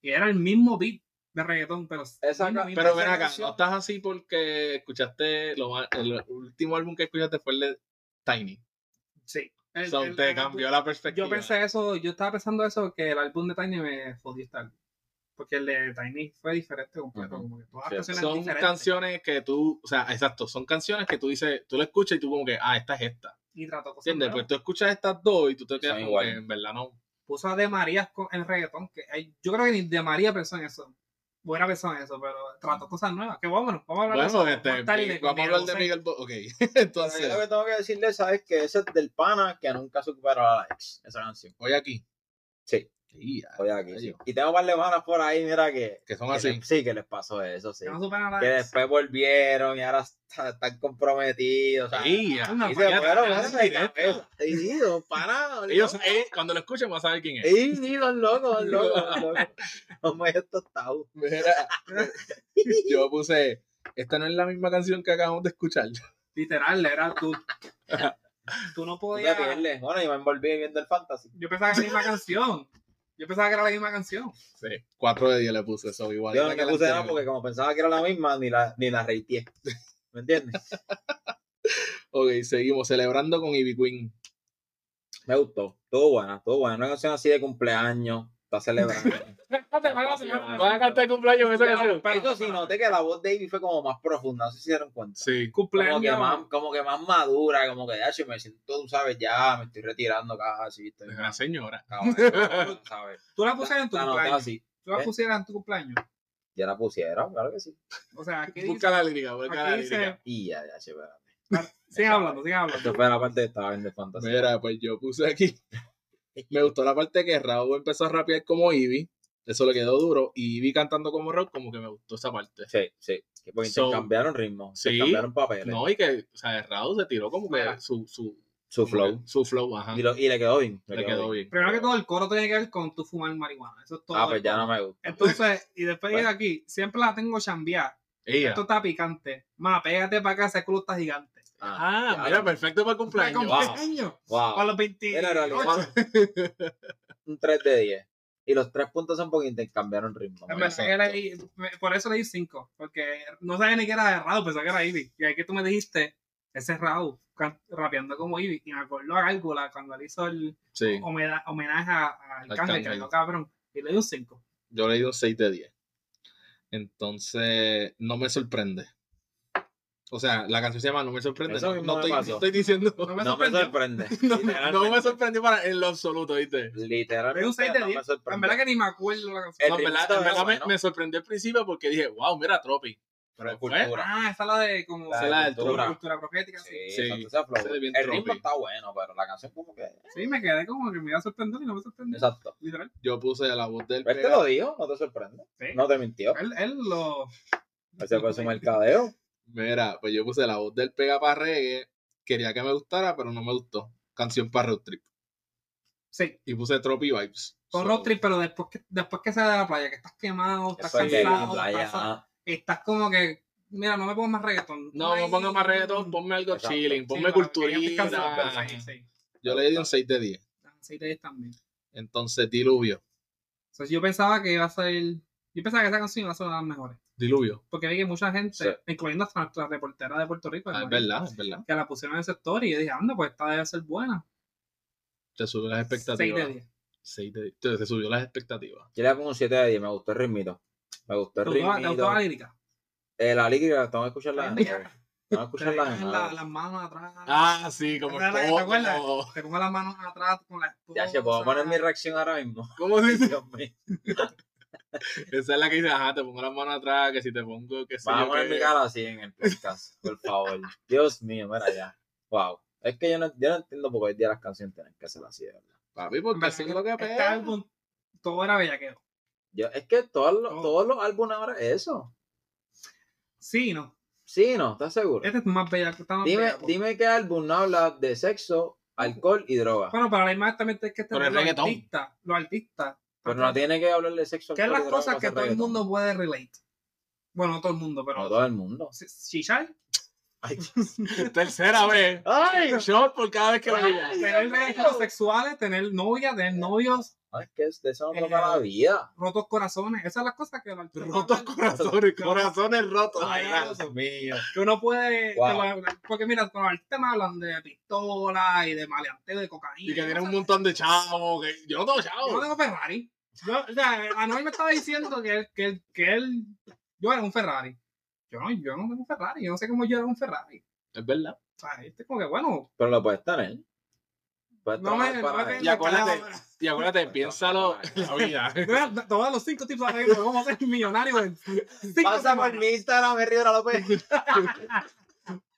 [SPEAKER 3] Y era el mismo beat de reggaetón, pero...
[SPEAKER 2] Esa
[SPEAKER 3] mismo
[SPEAKER 2] ca-
[SPEAKER 3] beat.
[SPEAKER 1] Pero
[SPEAKER 2] esa
[SPEAKER 1] ven acá,
[SPEAKER 2] canción-
[SPEAKER 1] no estás así porque escuchaste lo más- el último álbum que escuchaste fue el de Tiny.
[SPEAKER 3] sí. El-
[SPEAKER 1] So,
[SPEAKER 3] el-
[SPEAKER 1] te
[SPEAKER 3] el-
[SPEAKER 1] cambió la perspectiva.
[SPEAKER 3] Yo pensé eso, yo estaba pensando eso, que el álbum de Tiny me jodió este álbum. Porque el de Tiny fue diferente completo.
[SPEAKER 2] Ujú.
[SPEAKER 3] Como que
[SPEAKER 2] Sí,
[SPEAKER 3] todas las canciones
[SPEAKER 1] son
[SPEAKER 3] diferentes.
[SPEAKER 1] canciones que tú, o sea, exacto, son canciones que tú dices, tú la escuchas y tú como que, ah, esta es esta.
[SPEAKER 3] Y trató cosas.
[SPEAKER 1] ¿Entiendes? Pues
[SPEAKER 3] nuevas.
[SPEAKER 1] tú escuchas estas dos y tú te quedas
[SPEAKER 2] Son
[SPEAKER 1] como que,
[SPEAKER 2] igual.
[SPEAKER 1] en verdad no.
[SPEAKER 3] Puso a De María co- en reggaetón. Que hay- yo creo que ni De María pensó en eso. Buena pensó en eso, pero trató cosas nuevas. Que bueno, vamos a hablar de eso.
[SPEAKER 1] Bueno, este,
[SPEAKER 3] más tarde,
[SPEAKER 1] vamos a
[SPEAKER 3] Miguel
[SPEAKER 1] hablar de
[SPEAKER 3] Bosé.
[SPEAKER 1] Miguel Bo Ok,
[SPEAKER 2] A mí Lo
[SPEAKER 1] entonces,
[SPEAKER 2] que tengo que decirle, ¿sabes? Que esa es del pana que nunca superó a la ex. Esa canción.
[SPEAKER 1] hoy aquí.
[SPEAKER 2] Sí.
[SPEAKER 1] Sí, ya,
[SPEAKER 2] Oye, aquí. sí.
[SPEAKER 1] rayo,
[SPEAKER 2] Y tengo un par de manos por ahí, mira que.
[SPEAKER 1] Que son
[SPEAKER 2] que
[SPEAKER 1] así.
[SPEAKER 2] le- sí, que les pasó eso, sí.
[SPEAKER 3] Que no supera nada.
[SPEAKER 2] Que después volvieron y ahora está- están comprometidos. o sea,
[SPEAKER 1] Sí, ya.
[SPEAKER 3] Una
[SPEAKER 2] Y se
[SPEAKER 3] falla-
[SPEAKER 2] fueron,
[SPEAKER 1] ya,
[SPEAKER 2] ¿no?
[SPEAKER 1] ya, ya.
[SPEAKER 2] cabeza. Sí, dos panas,
[SPEAKER 1] Ellos,
[SPEAKER 2] loco.
[SPEAKER 1] eh, cuando lo escuchen, van a saber quién es.
[SPEAKER 2] Sí, sí, dos locos, dos locos, dos locos. Vamos, esto está uh.
[SPEAKER 1] Mira, eh, yo puse, esta no es la misma canción que acabamos de escuchar.
[SPEAKER 3] Literal, era tú. tú no
[SPEAKER 2] Tú te
[SPEAKER 3] podías.
[SPEAKER 2] pierdes. Bueno, yo me envolví viendo el fantasy.
[SPEAKER 3] Yo pensaba que era la misma canción. Yo pensaba que era la misma canción.
[SPEAKER 1] Sí, 4 de 10 le puse, eso igual.
[SPEAKER 2] Yo no me puse nada porque como pensaba que era la misma, ni la, ni la reiteé. ¿Me entiendes?
[SPEAKER 1] Ok, seguimos celebrando con Ivy Queen.
[SPEAKER 2] Me gustó. Estuvo buena, estuvo buena. Una canción así de cumpleaños. Está celebrando.
[SPEAKER 1] Van a cantar cumpleaños en esa canción.
[SPEAKER 2] Eso sí, noté que la voz de Ivy fue como más profunda. No sé si se dieron cuenta.
[SPEAKER 1] Sí.
[SPEAKER 2] Como que, más,
[SPEAKER 3] Cumpleaños.
[SPEAKER 2] como que más madura, como que ya che, me siento, tú sabes, ya me estoy retirando casi. Estoy
[SPEAKER 1] Es una señora.
[SPEAKER 2] cabrón, ¿sabes?
[SPEAKER 3] Tú la pusieras en tu
[SPEAKER 2] La noté
[SPEAKER 3] cumpleaños.
[SPEAKER 2] así.
[SPEAKER 3] Tú la
[SPEAKER 2] Ah, ¿Eh?
[SPEAKER 3] pusieras en tu cumpleaños.
[SPEAKER 2] Ya la pusieron, claro que sí.
[SPEAKER 3] O sea, aquí dice,
[SPEAKER 1] Busca la lírica, busca la
[SPEAKER 3] aquí
[SPEAKER 1] lírica.
[SPEAKER 3] dice
[SPEAKER 2] Y ya, ya, che, espérate.
[SPEAKER 3] sigue hablando, sigue hablando.
[SPEAKER 2] Esto fue la parte de estaba viendo el fantasía.
[SPEAKER 1] Mira, pues yo puse aquí. Me gustó la parte que Raúl empezó a rapear como Ivy. Eso le quedó duro. Y Ivy cantando como Raúl, como que me gustó esa parte.
[SPEAKER 2] Sí, sí. Que Porque
[SPEAKER 1] So-
[SPEAKER 2] intercambiaron ritmos,
[SPEAKER 1] Sí.
[SPEAKER 2] intercambiaron papeles,
[SPEAKER 1] No, y que, o sea, Raúl se tiró como que
[SPEAKER 3] Ajá.
[SPEAKER 1] su, su,
[SPEAKER 2] su
[SPEAKER 1] como
[SPEAKER 2] flow.
[SPEAKER 1] que Su flow, ajá.
[SPEAKER 2] Y, lo- y le quedó bien.
[SPEAKER 1] Le quedó bien.
[SPEAKER 3] Primero que todo, el coro tiene que ver con tu fumar marihuana. Eso es todo.
[SPEAKER 2] Ah, pues ya Pues. no me gusta.
[SPEAKER 3] Entonces, y después
[SPEAKER 2] Bueno.
[SPEAKER 3] dice aquí, siempre la tengo chambeada.
[SPEAKER 1] Ella.
[SPEAKER 3] Esto está picante. Ma, pégate para acá, ese culo está gigante.
[SPEAKER 2] Ah,
[SPEAKER 1] Ah,
[SPEAKER 2] Ya,
[SPEAKER 1] mira,
[SPEAKER 2] ya.
[SPEAKER 1] perfecto para el
[SPEAKER 3] Para
[SPEAKER 1] cumpleaños. Wow.
[SPEAKER 3] cumpleaños.
[SPEAKER 2] wow.
[SPEAKER 3] Para los 20.
[SPEAKER 2] Era realizado. un 3 de 10. Y los tres puntos son porque intercambiaron ritmo.
[SPEAKER 3] En verdad, yo le di- me- por eso le di 5. Porque no sabía ni que era de Raúl, pensaba que era Ivy. Y ahí que tú me dijiste, ese es Raúl, can- rapeando como Ivy. Y me acordó a Gárgola cuando le hizo el.
[SPEAKER 1] Sí,
[SPEAKER 3] homena- homenaje a- al
[SPEAKER 1] Al
[SPEAKER 3] cángel, que
[SPEAKER 1] cángel.
[SPEAKER 3] le dio cabrón. Y le dio un 5.
[SPEAKER 1] yo le di un 6 de 10. Entonces, no me sorprende. O sea, la canción se llama No me sorprende.
[SPEAKER 2] Eso
[SPEAKER 1] No,
[SPEAKER 2] mismo
[SPEAKER 1] no
[SPEAKER 2] me
[SPEAKER 1] estoy,
[SPEAKER 2] pasó.
[SPEAKER 1] no estoy diciendo.
[SPEAKER 3] No me
[SPEAKER 2] No me
[SPEAKER 3] sorprendió.
[SPEAKER 2] sorprende.
[SPEAKER 1] No,
[SPEAKER 2] Literalmente.
[SPEAKER 1] no me sorprendió para en lo absoluto, ¿viste?
[SPEAKER 2] Literalmente.
[SPEAKER 3] Pero un seis de
[SPEAKER 2] no me
[SPEAKER 3] diez.
[SPEAKER 2] sorprende.
[SPEAKER 3] En verdad que ni me acuerdo la canción.
[SPEAKER 2] El
[SPEAKER 1] No, en
[SPEAKER 2] ritmo
[SPEAKER 1] verdad,
[SPEAKER 2] estaba
[SPEAKER 1] en verdad me,
[SPEAKER 2] bueno.
[SPEAKER 1] me sorprendió al principio porque dije, wow, mira, Tropi. Pero
[SPEAKER 2] Flow
[SPEAKER 1] fue-
[SPEAKER 2] Cultura.
[SPEAKER 3] Ah, esa es la de como
[SPEAKER 2] La
[SPEAKER 1] de
[SPEAKER 3] la
[SPEAKER 2] cultura.
[SPEAKER 3] cultura profética. Sí.
[SPEAKER 2] Sí,
[SPEAKER 1] Sí.
[SPEAKER 2] exacto, esa flow.
[SPEAKER 1] Ese es bien
[SPEAKER 2] El ritmo
[SPEAKER 1] tropi.
[SPEAKER 2] está bueno, pero la canción como que...
[SPEAKER 3] Sí, me quedé como que me iba a sorprender y no me sorprendió.
[SPEAKER 2] Exacto.
[SPEAKER 3] Literal.
[SPEAKER 1] Yo puse la voz del
[SPEAKER 3] Pues este
[SPEAKER 2] Él te
[SPEAKER 1] pega-
[SPEAKER 2] lo dijo, no te sorprende.
[SPEAKER 3] Sí.
[SPEAKER 2] No te mintió.
[SPEAKER 3] Él, él lo.
[SPEAKER 2] Ese fue pues, su mercadeo.
[SPEAKER 1] Mira, pues yo puse la voz del pega para reggae. Quería que me gustara, pero no me gustó. Canción para road trip.
[SPEAKER 3] Sí,
[SPEAKER 1] Y puse Tropi Vibes.
[SPEAKER 3] con
[SPEAKER 1] So,
[SPEAKER 3] road trip, pero después que, después que sea de la playa, que estás quemado, estás
[SPEAKER 2] Eso es que la
[SPEAKER 3] cansado,
[SPEAKER 2] playa...
[SPEAKER 3] estás, estás como que. Mira, no me pongo más reggaetón.
[SPEAKER 1] No, no
[SPEAKER 3] Ay,
[SPEAKER 1] ponga más reggaetón, ponme algo
[SPEAKER 2] Exacto.
[SPEAKER 1] chilling,
[SPEAKER 3] sí,
[SPEAKER 1] ponme
[SPEAKER 3] para que
[SPEAKER 1] culturita.
[SPEAKER 3] ya te canses. Sí, sí.
[SPEAKER 1] Yo le di un 6 de 10.
[SPEAKER 3] Así te es también.
[SPEAKER 1] Entonces, diluvio.
[SPEAKER 3] Entonces yo pensaba que iba a ser. Yo pensaba que esa canción iba a ser una de las mejores.
[SPEAKER 1] Diluvio.
[SPEAKER 3] Porque vi que mucha gente,
[SPEAKER 2] Sí.
[SPEAKER 3] incluyendo hasta nuestra reportera de Puerto Rico,
[SPEAKER 1] Ah, es
[SPEAKER 3] María,
[SPEAKER 1] verdad, es verdad.
[SPEAKER 3] que la pusieron en ese story. Y yo dije, anda, pues esta debe ser buena.
[SPEAKER 1] Te subió las
[SPEAKER 3] 6 de
[SPEAKER 1] expectativas.
[SPEAKER 3] 10.
[SPEAKER 1] 6 de 10. Te te subió las expectativas.
[SPEAKER 2] Yo le pongo un 7 de 10, me gustó el ritmito. Me gustó
[SPEAKER 3] ¿Te
[SPEAKER 2] el
[SPEAKER 3] gustó la- te gustó
[SPEAKER 2] ritmito.
[SPEAKER 3] la lírica?
[SPEAKER 2] Eh, la lírica, tengo que escucharla de
[SPEAKER 3] Ay,
[SPEAKER 2] nuevo. Tengo que
[SPEAKER 3] Te
[SPEAKER 2] escucharla de
[SPEAKER 3] dejan la-
[SPEAKER 2] nuevo.
[SPEAKER 3] las manos atrás.
[SPEAKER 1] Ah, sí, como
[SPEAKER 3] ¿Te
[SPEAKER 1] todo.
[SPEAKER 3] acuerdas? Te pongo las manos atrás con la esposa.
[SPEAKER 2] Ya se puedo poner mi reacción ahora mismo.
[SPEAKER 1] ¿Cómo se dice?
[SPEAKER 2] Dios mío.
[SPEAKER 1] Esa es la que dice, ajá, te pongo las manos atrás, que si te pongo, que si.
[SPEAKER 2] Vamos a poner mi cara así en el podcast, por favor. Dios mío, mira ya. Wow. Es que yo no, yo no entiendo por qué hoy día las canciones tienen que ser así, de verdad.
[SPEAKER 1] Papi, porque así es lo que
[SPEAKER 3] Este
[SPEAKER 1] pega.
[SPEAKER 3] álbum, todo era bellaqueo.
[SPEAKER 2] Yo, es que todos los,
[SPEAKER 3] Oh.
[SPEAKER 2] todos los álbumes ahora es eso.
[SPEAKER 3] Sí, no.
[SPEAKER 2] Sí, no, ¿estás seguro?
[SPEAKER 3] Este es más bellaco. está más
[SPEAKER 2] Dime,
[SPEAKER 3] bellaco.
[SPEAKER 2] dime qué álbum no habla de sexo, alcohol y droga.
[SPEAKER 3] Bueno, para la imagen también es que este
[SPEAKER 1] Pero el
[SPEAKER 3] los
[SPEAKER 1] reggaetón.
[SPEAKER 3] artistas. Los artistas.
[SPEAKER 2] Pero Pues no tiene que hablar de sexo,
[SPEAKER 3] Que es
[SPEAKER 2] alcohol
[SPEAKER 3] las
[SPEAKER 2] y droga
[SPEAKER 3] cosas
[SPEAKER 2] para
[SPEAKER 3] que
[SPEAKER 2] hacer
[SPEAKER 3] todo el
[SPEAKER 2] reggaetón.
[SPEAKER 3] mundo puede relate. Bueno, no todo el mundo,
[SPEAKER 2] No
[SPEAKER 3] pero.
[SPEAKER 2] todo el mundo.
[SPEAKER 3] Si- Shishai.
[SPEAKER 2] Ay,
[SPEAKER 1] Tercera vez.
[SPEAKER 2] ¡Ay!
[SPEAKER 1] Shot por cada vez que lo digo.
[SPEAKER 3] Tener relaciones sexuales, tener novia, tener novios,
[SPEAKER 2] Ay, que es- de eso no
[SPEAKER 3] Eh,
[SPEAKER 2] toca la vida.
[SPEAKER 3] rotos corazones. Esas son las cosas que, los artistas
[SPEAKER 1] Rotos
[SPEAKER 3] hablan,
[SPEAKER 1] corazones, corazones rotos.
[SPEAKER 3] Ay,
[SPEAKER 1] Dios mío.
[SPEAKER 3] que uno puede. que
[SPEAKER 2] Wow.
[SPEAKER 3] lo- porque mira, con el tema hablan de pistola y de maleanteo de cocaína.
[SPEAKER 1] Y que tiene
[SPEAKER 3] O
[SPEAKER 1] un
[SPEAKER 3] sea,
[SPEAKER 1] montón de chavos. que- Yo no tengo chavos.
[SPEAKER 3] Yo no tengo Ferrari. Yo, o sea, Anuel me estaba diciendo que él, que él, que él- yo era un Ferrari. Yo no, yo no tengo un Ferrari. Yo no sé cómo yo era un Ferrari.
[SPEAKER 1] Es verdad.
[SPEAKER 3] O sea, este como que bueno.
[SPEAKER 2] Pero lo puedes tener. Puedes
[SPEAKER 3] No me,
[SPEAKER 2] trabajar
[SPEAKER 3] no me
[SPEAKER 2] para
[SPEAKER 1] Y
[SPEAKER 2] ello.
[SPEAKER 3] tengo
[SPEAKER 1] acuérdate,
[SPEAKER 3] palabras.
[SPEAKER 1] y
[SPEAKER 2] pues,
[SPEAKER 1] acuérdate, piénsalo en la vida.
[SPEAKER 3] Mira, te voy a dar los cinco tips ahora mismo de cómo ser millonario en cinco
[SPEAKER 2] Pasa por
[SPEAKER 3] semanas.
[SPEAKER 2] mi Instagram, Rivera López.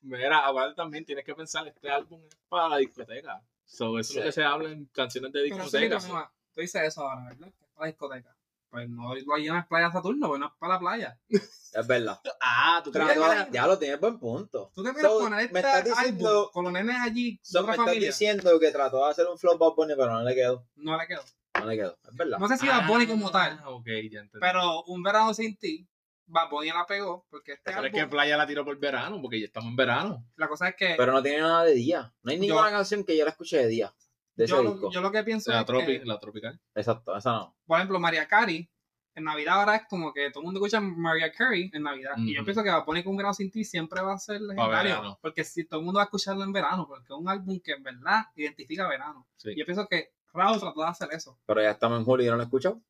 [SPEAKER 1] Mira, aparte también tienes que pensar, este álbum es para la discoteca. So, eso es lo
[SPEAKER 2] Sí.
[SPEAKER 1] que se habla en canciones de
[SPEAKER 3] Pero sí, mi
[SPEAKER 1] discoteca.
[SPEAKER 3] mamá, tú dices eso ahora, ¿verdad? Que es para la discoteca. Pues no lo llenas Playa Saturno, pues no es para la playa.
[SPEAKER 2] Es verdad.
[SPEAKER 1] Ah, tú
[SPEAKER 3] Trato-
[SPEAKER 1] crees
[SPEAKER 2] Ya lo tienes buen punto.
[SPEAKER 3] Tú te quieres
[SPEAKER 2] So,
[SPEAKER 3] poner
[SPEAKER 2] me
[SPEAKER 3] este
[SPEAKER 2] estás diciendo-
[SPEAKER 3] álbum con los nenes allí, de
[SPEAKER 2] So, me
[SPEAKER 3] otra
[SPEAKER 2] estás
[SPEAKER 3] familia.
[SPEAKER 2] diciendo que trató de hacer un flow Bob Bunny, pero no le quedó.
[SPEAKER 3] No le quedó.
[SPEAKER 2] No le quedó. Es verdad.
[SPEAKER 3] No sé si
[SPEAKER 1] Ah,
[SPEAKER 3] Bad Bunny como tal,
[SPEAKER 1] Ok, ya entendí. Pero,
[SPEAKER 3] pero Un Verano Sin Ti, Bad Bunny la pegó, porque este
[SPEAKER 1] es que
[SPEAKER 3] álbum,
[SPEAKER 1] Playa la tiró por verano, porque ya estamos en verano.
[SPEAKER 3] la cosa es que
[SPEAKER 2] Pero no tiene nada de día. No hay
[SPEAKER 3] Yo-
[SPEAKER 2] ninguna canción que yo la escuche de día. De ese
[SPEAKER 3] yo,
[SPEAKER 2] disco.
[SPEAKER 3] lo, yo lo que pienso
[SPEAKER 1] La,
[SPEAKER 3] es
[SPEAKER 1] tropi,
[SPEAKER 3] que,
[SPEAKER 1] la tropical.
[SPEAKER 2] Exacto, esa no.
[SPEAKER 3] por ejemplo, María Carey, en Navidad ahora es como que todo el mundo escucha Mariah Carey en Navidad. Y yo
[SPEAKER 1] Ujú.
[SPEAKER 3] pienso que Bad Bunny con Un Verano Sin Ti siempre va a ser legendario,
[SPEAKER 1] verano.
[SPEAKER 3] porque si todo el mundo va a escucharlo en verano, porque es un álbum que en verdad identifica verano.
[SPEAKER 1] Sí.
[SPEAKER 3] Yo pienso que Raúl trató de hacer eso.
[SPEAKER 2] Pero ya estamos en julio y yo no la he escuchado.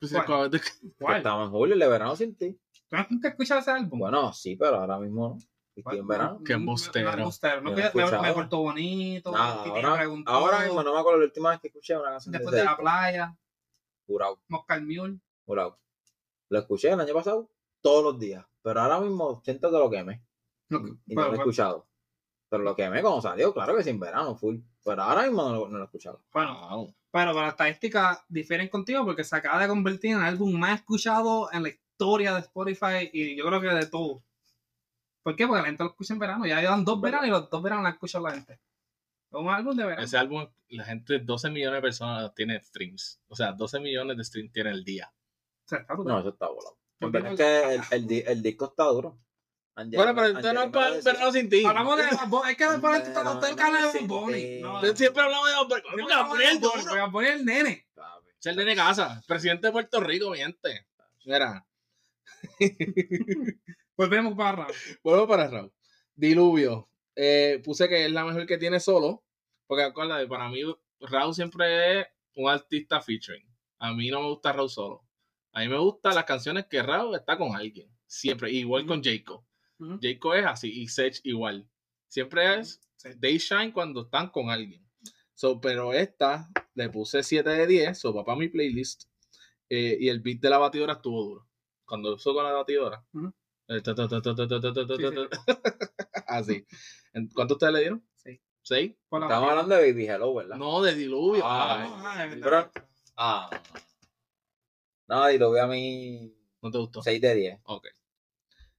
[SPEAKER 1] Pues,
[SPEAKER 3] ¿Cuál?
[SPEAKER 1] acuérdate que-
[SPEAKER 2] Que Estamos en julio, el de verano sin ti.
[SPEAKER 3] ¿Tú no has nunca escuchado ese álbum?
[SPEAKER 2] Bueno, sí, pero ahora mismo no. Y Estoy en verano.
[SPEAKER 1] Qué embustero.
[SPEAKER 3] No, no, embustero.
[SPEAKER 2] Yo
[SPEAKER 3] No,
[SPEAKER 2] no
[SPEAKER 3] que
[SPEAKER 2] he
[SPEAKER 3] me,
[SPEAKER 2] escuchado.
[SPEAKER 3] me portó bonito.
[SPEAKER 2] Nada,
[SPEAKER 3] y te
[SPEAKER 2] ahora,
[SPEAKER 3] preguntó,
[SPEAKER 2] ahora mismo no me acuerdo la última vez que escuché una canción
[SPEAKER 3] Después
[SPEAKER 2] de
[SPEAKER 3] de
[SPEAKER 2] ese
[SPEAKER 3] la
[SPEAKER 2] disco.
[SPEAKER 3] playa,
[SPEAKER 2] Jurado.
[SPEAKER 3] Moscar Mule.
[SPEAKER 2] Jurado. Lo escuché el año pasado todos los días, pero ahora mismo siento que lo quemé
[SPEAKER 3] No,
[SPEAKER 2] y no
[SPEAKER 3] pero-
[SPEAKER 2] lo he
[SPEAKER 3] pero-
[SPEAKER 2] escuchado. Pero lo quemé cuando salió, claro que sin verano, full. Pero ahora mismo no, lo- no lo he escuchado.
[SPEAKER 3] bueno, pero para estadísticas difieren contigo porque se acaba de convertir en el álbum más escuchado en la historia de Spotify y yo creo que de todo. ¿Por qué? Porque la gente lo escucha en verano. Ya llevan dos
[SPEAKER 2] Verdad.
[SPEAKER 3] veranos y los dos veranos la escucha la gente. Es un álbum de verano.
[SPEAKER 1] Ese álbum, la gente, 12 millones de personas tiene streams. O sea, 12 millones de streams tiene el día.
[SPEAKER 3] O sea, está brutal.
[SPEAKER 2] No, eso está volado.
[SPEAKER 3] Yo
[SPEAKER 2] Porque es
[SPEAKER 3] tengo-
[SPEAKER 2] que el, el di- el disco está duro. Angelina- Angelina decía-
[SPEAKER 1] sin ti.
[SPEAKER 3] Hablamos de Bad Bunny. Es que por esto está
[SPEAKER 2] No,
[SPEAKER 3] todo el
[SPEAKER 2] no,
[SPEAKER 3] canal de
[SPEAKER 2] sí,
[SPEAKER 3] Bad Bunny.
[SPEAKER 2] sí.
[SPEAKER 3] No,
[SPEAKER 2] Yo
[SPEAKER 1] Siempre hablamos de hombre. ¿Cómo que Gabriel duro?
[SPEAKER 3] Voy a poner el nene.
[SPEAKER 2] Papi,
[SPEAKER 1] Es el de casa, presidente de Puerto Rico, mi gente. Mira,
[SPEAKER 3] Volvemos para Raúl.
[SPEAKER 1] vuelvo para Raúl. Diluvio. Eh, puse que es la mejor que tiene solo, porque acuérdate, para mí Raúl siempre es un artista featuring. A mí no me gusta Raúl solo. A mí me gustan las canciones que Raúl está con alguien. Siempre, igual con Jacob.
[SPEAKER 3] Ujú.
[SPEAKER 1] Jacob es así y Sech igual. Siempre es They Shine cuando están con alguien. So, pero esta le puse 7 de 10, so va para mi playlist. Eh, y el beat de la batidora estuvo duro. Cuando usó con la batidora,
[SPEAKER 3] Ujú.
[SPEAKER 1] Eh, ta, ta, ta, ta, ta, ta, ta, ta, ta,
[SPEAKER 3] Sí, sí.
[SPEAKER 1] ta. Así. En- ¿Cuánto ustedes le dieron?
[SPEAKER 3] Sí.
[SPEAKER 1] ¿Seis?
[SPEAKER 3] Por la
[SPEAKER 2] Estamos hablando de Baby Hello, ¿verdad?
[SPEAKER 1] No, de diluvio.
[SPEAKER 2] Ah.
[SPEAKER 1] Ay,
[SPEAKER 3] Ah, es
[SPEAKER 2] Pero-
[SPEAKER 3] verdad.
[SPEAKER 2] Ah. No, y lo veo a mí
[SPEAKER 1] no te gustó.
[SPEAKER 2] 6 de 10.
[SPEAKER 1] Ok.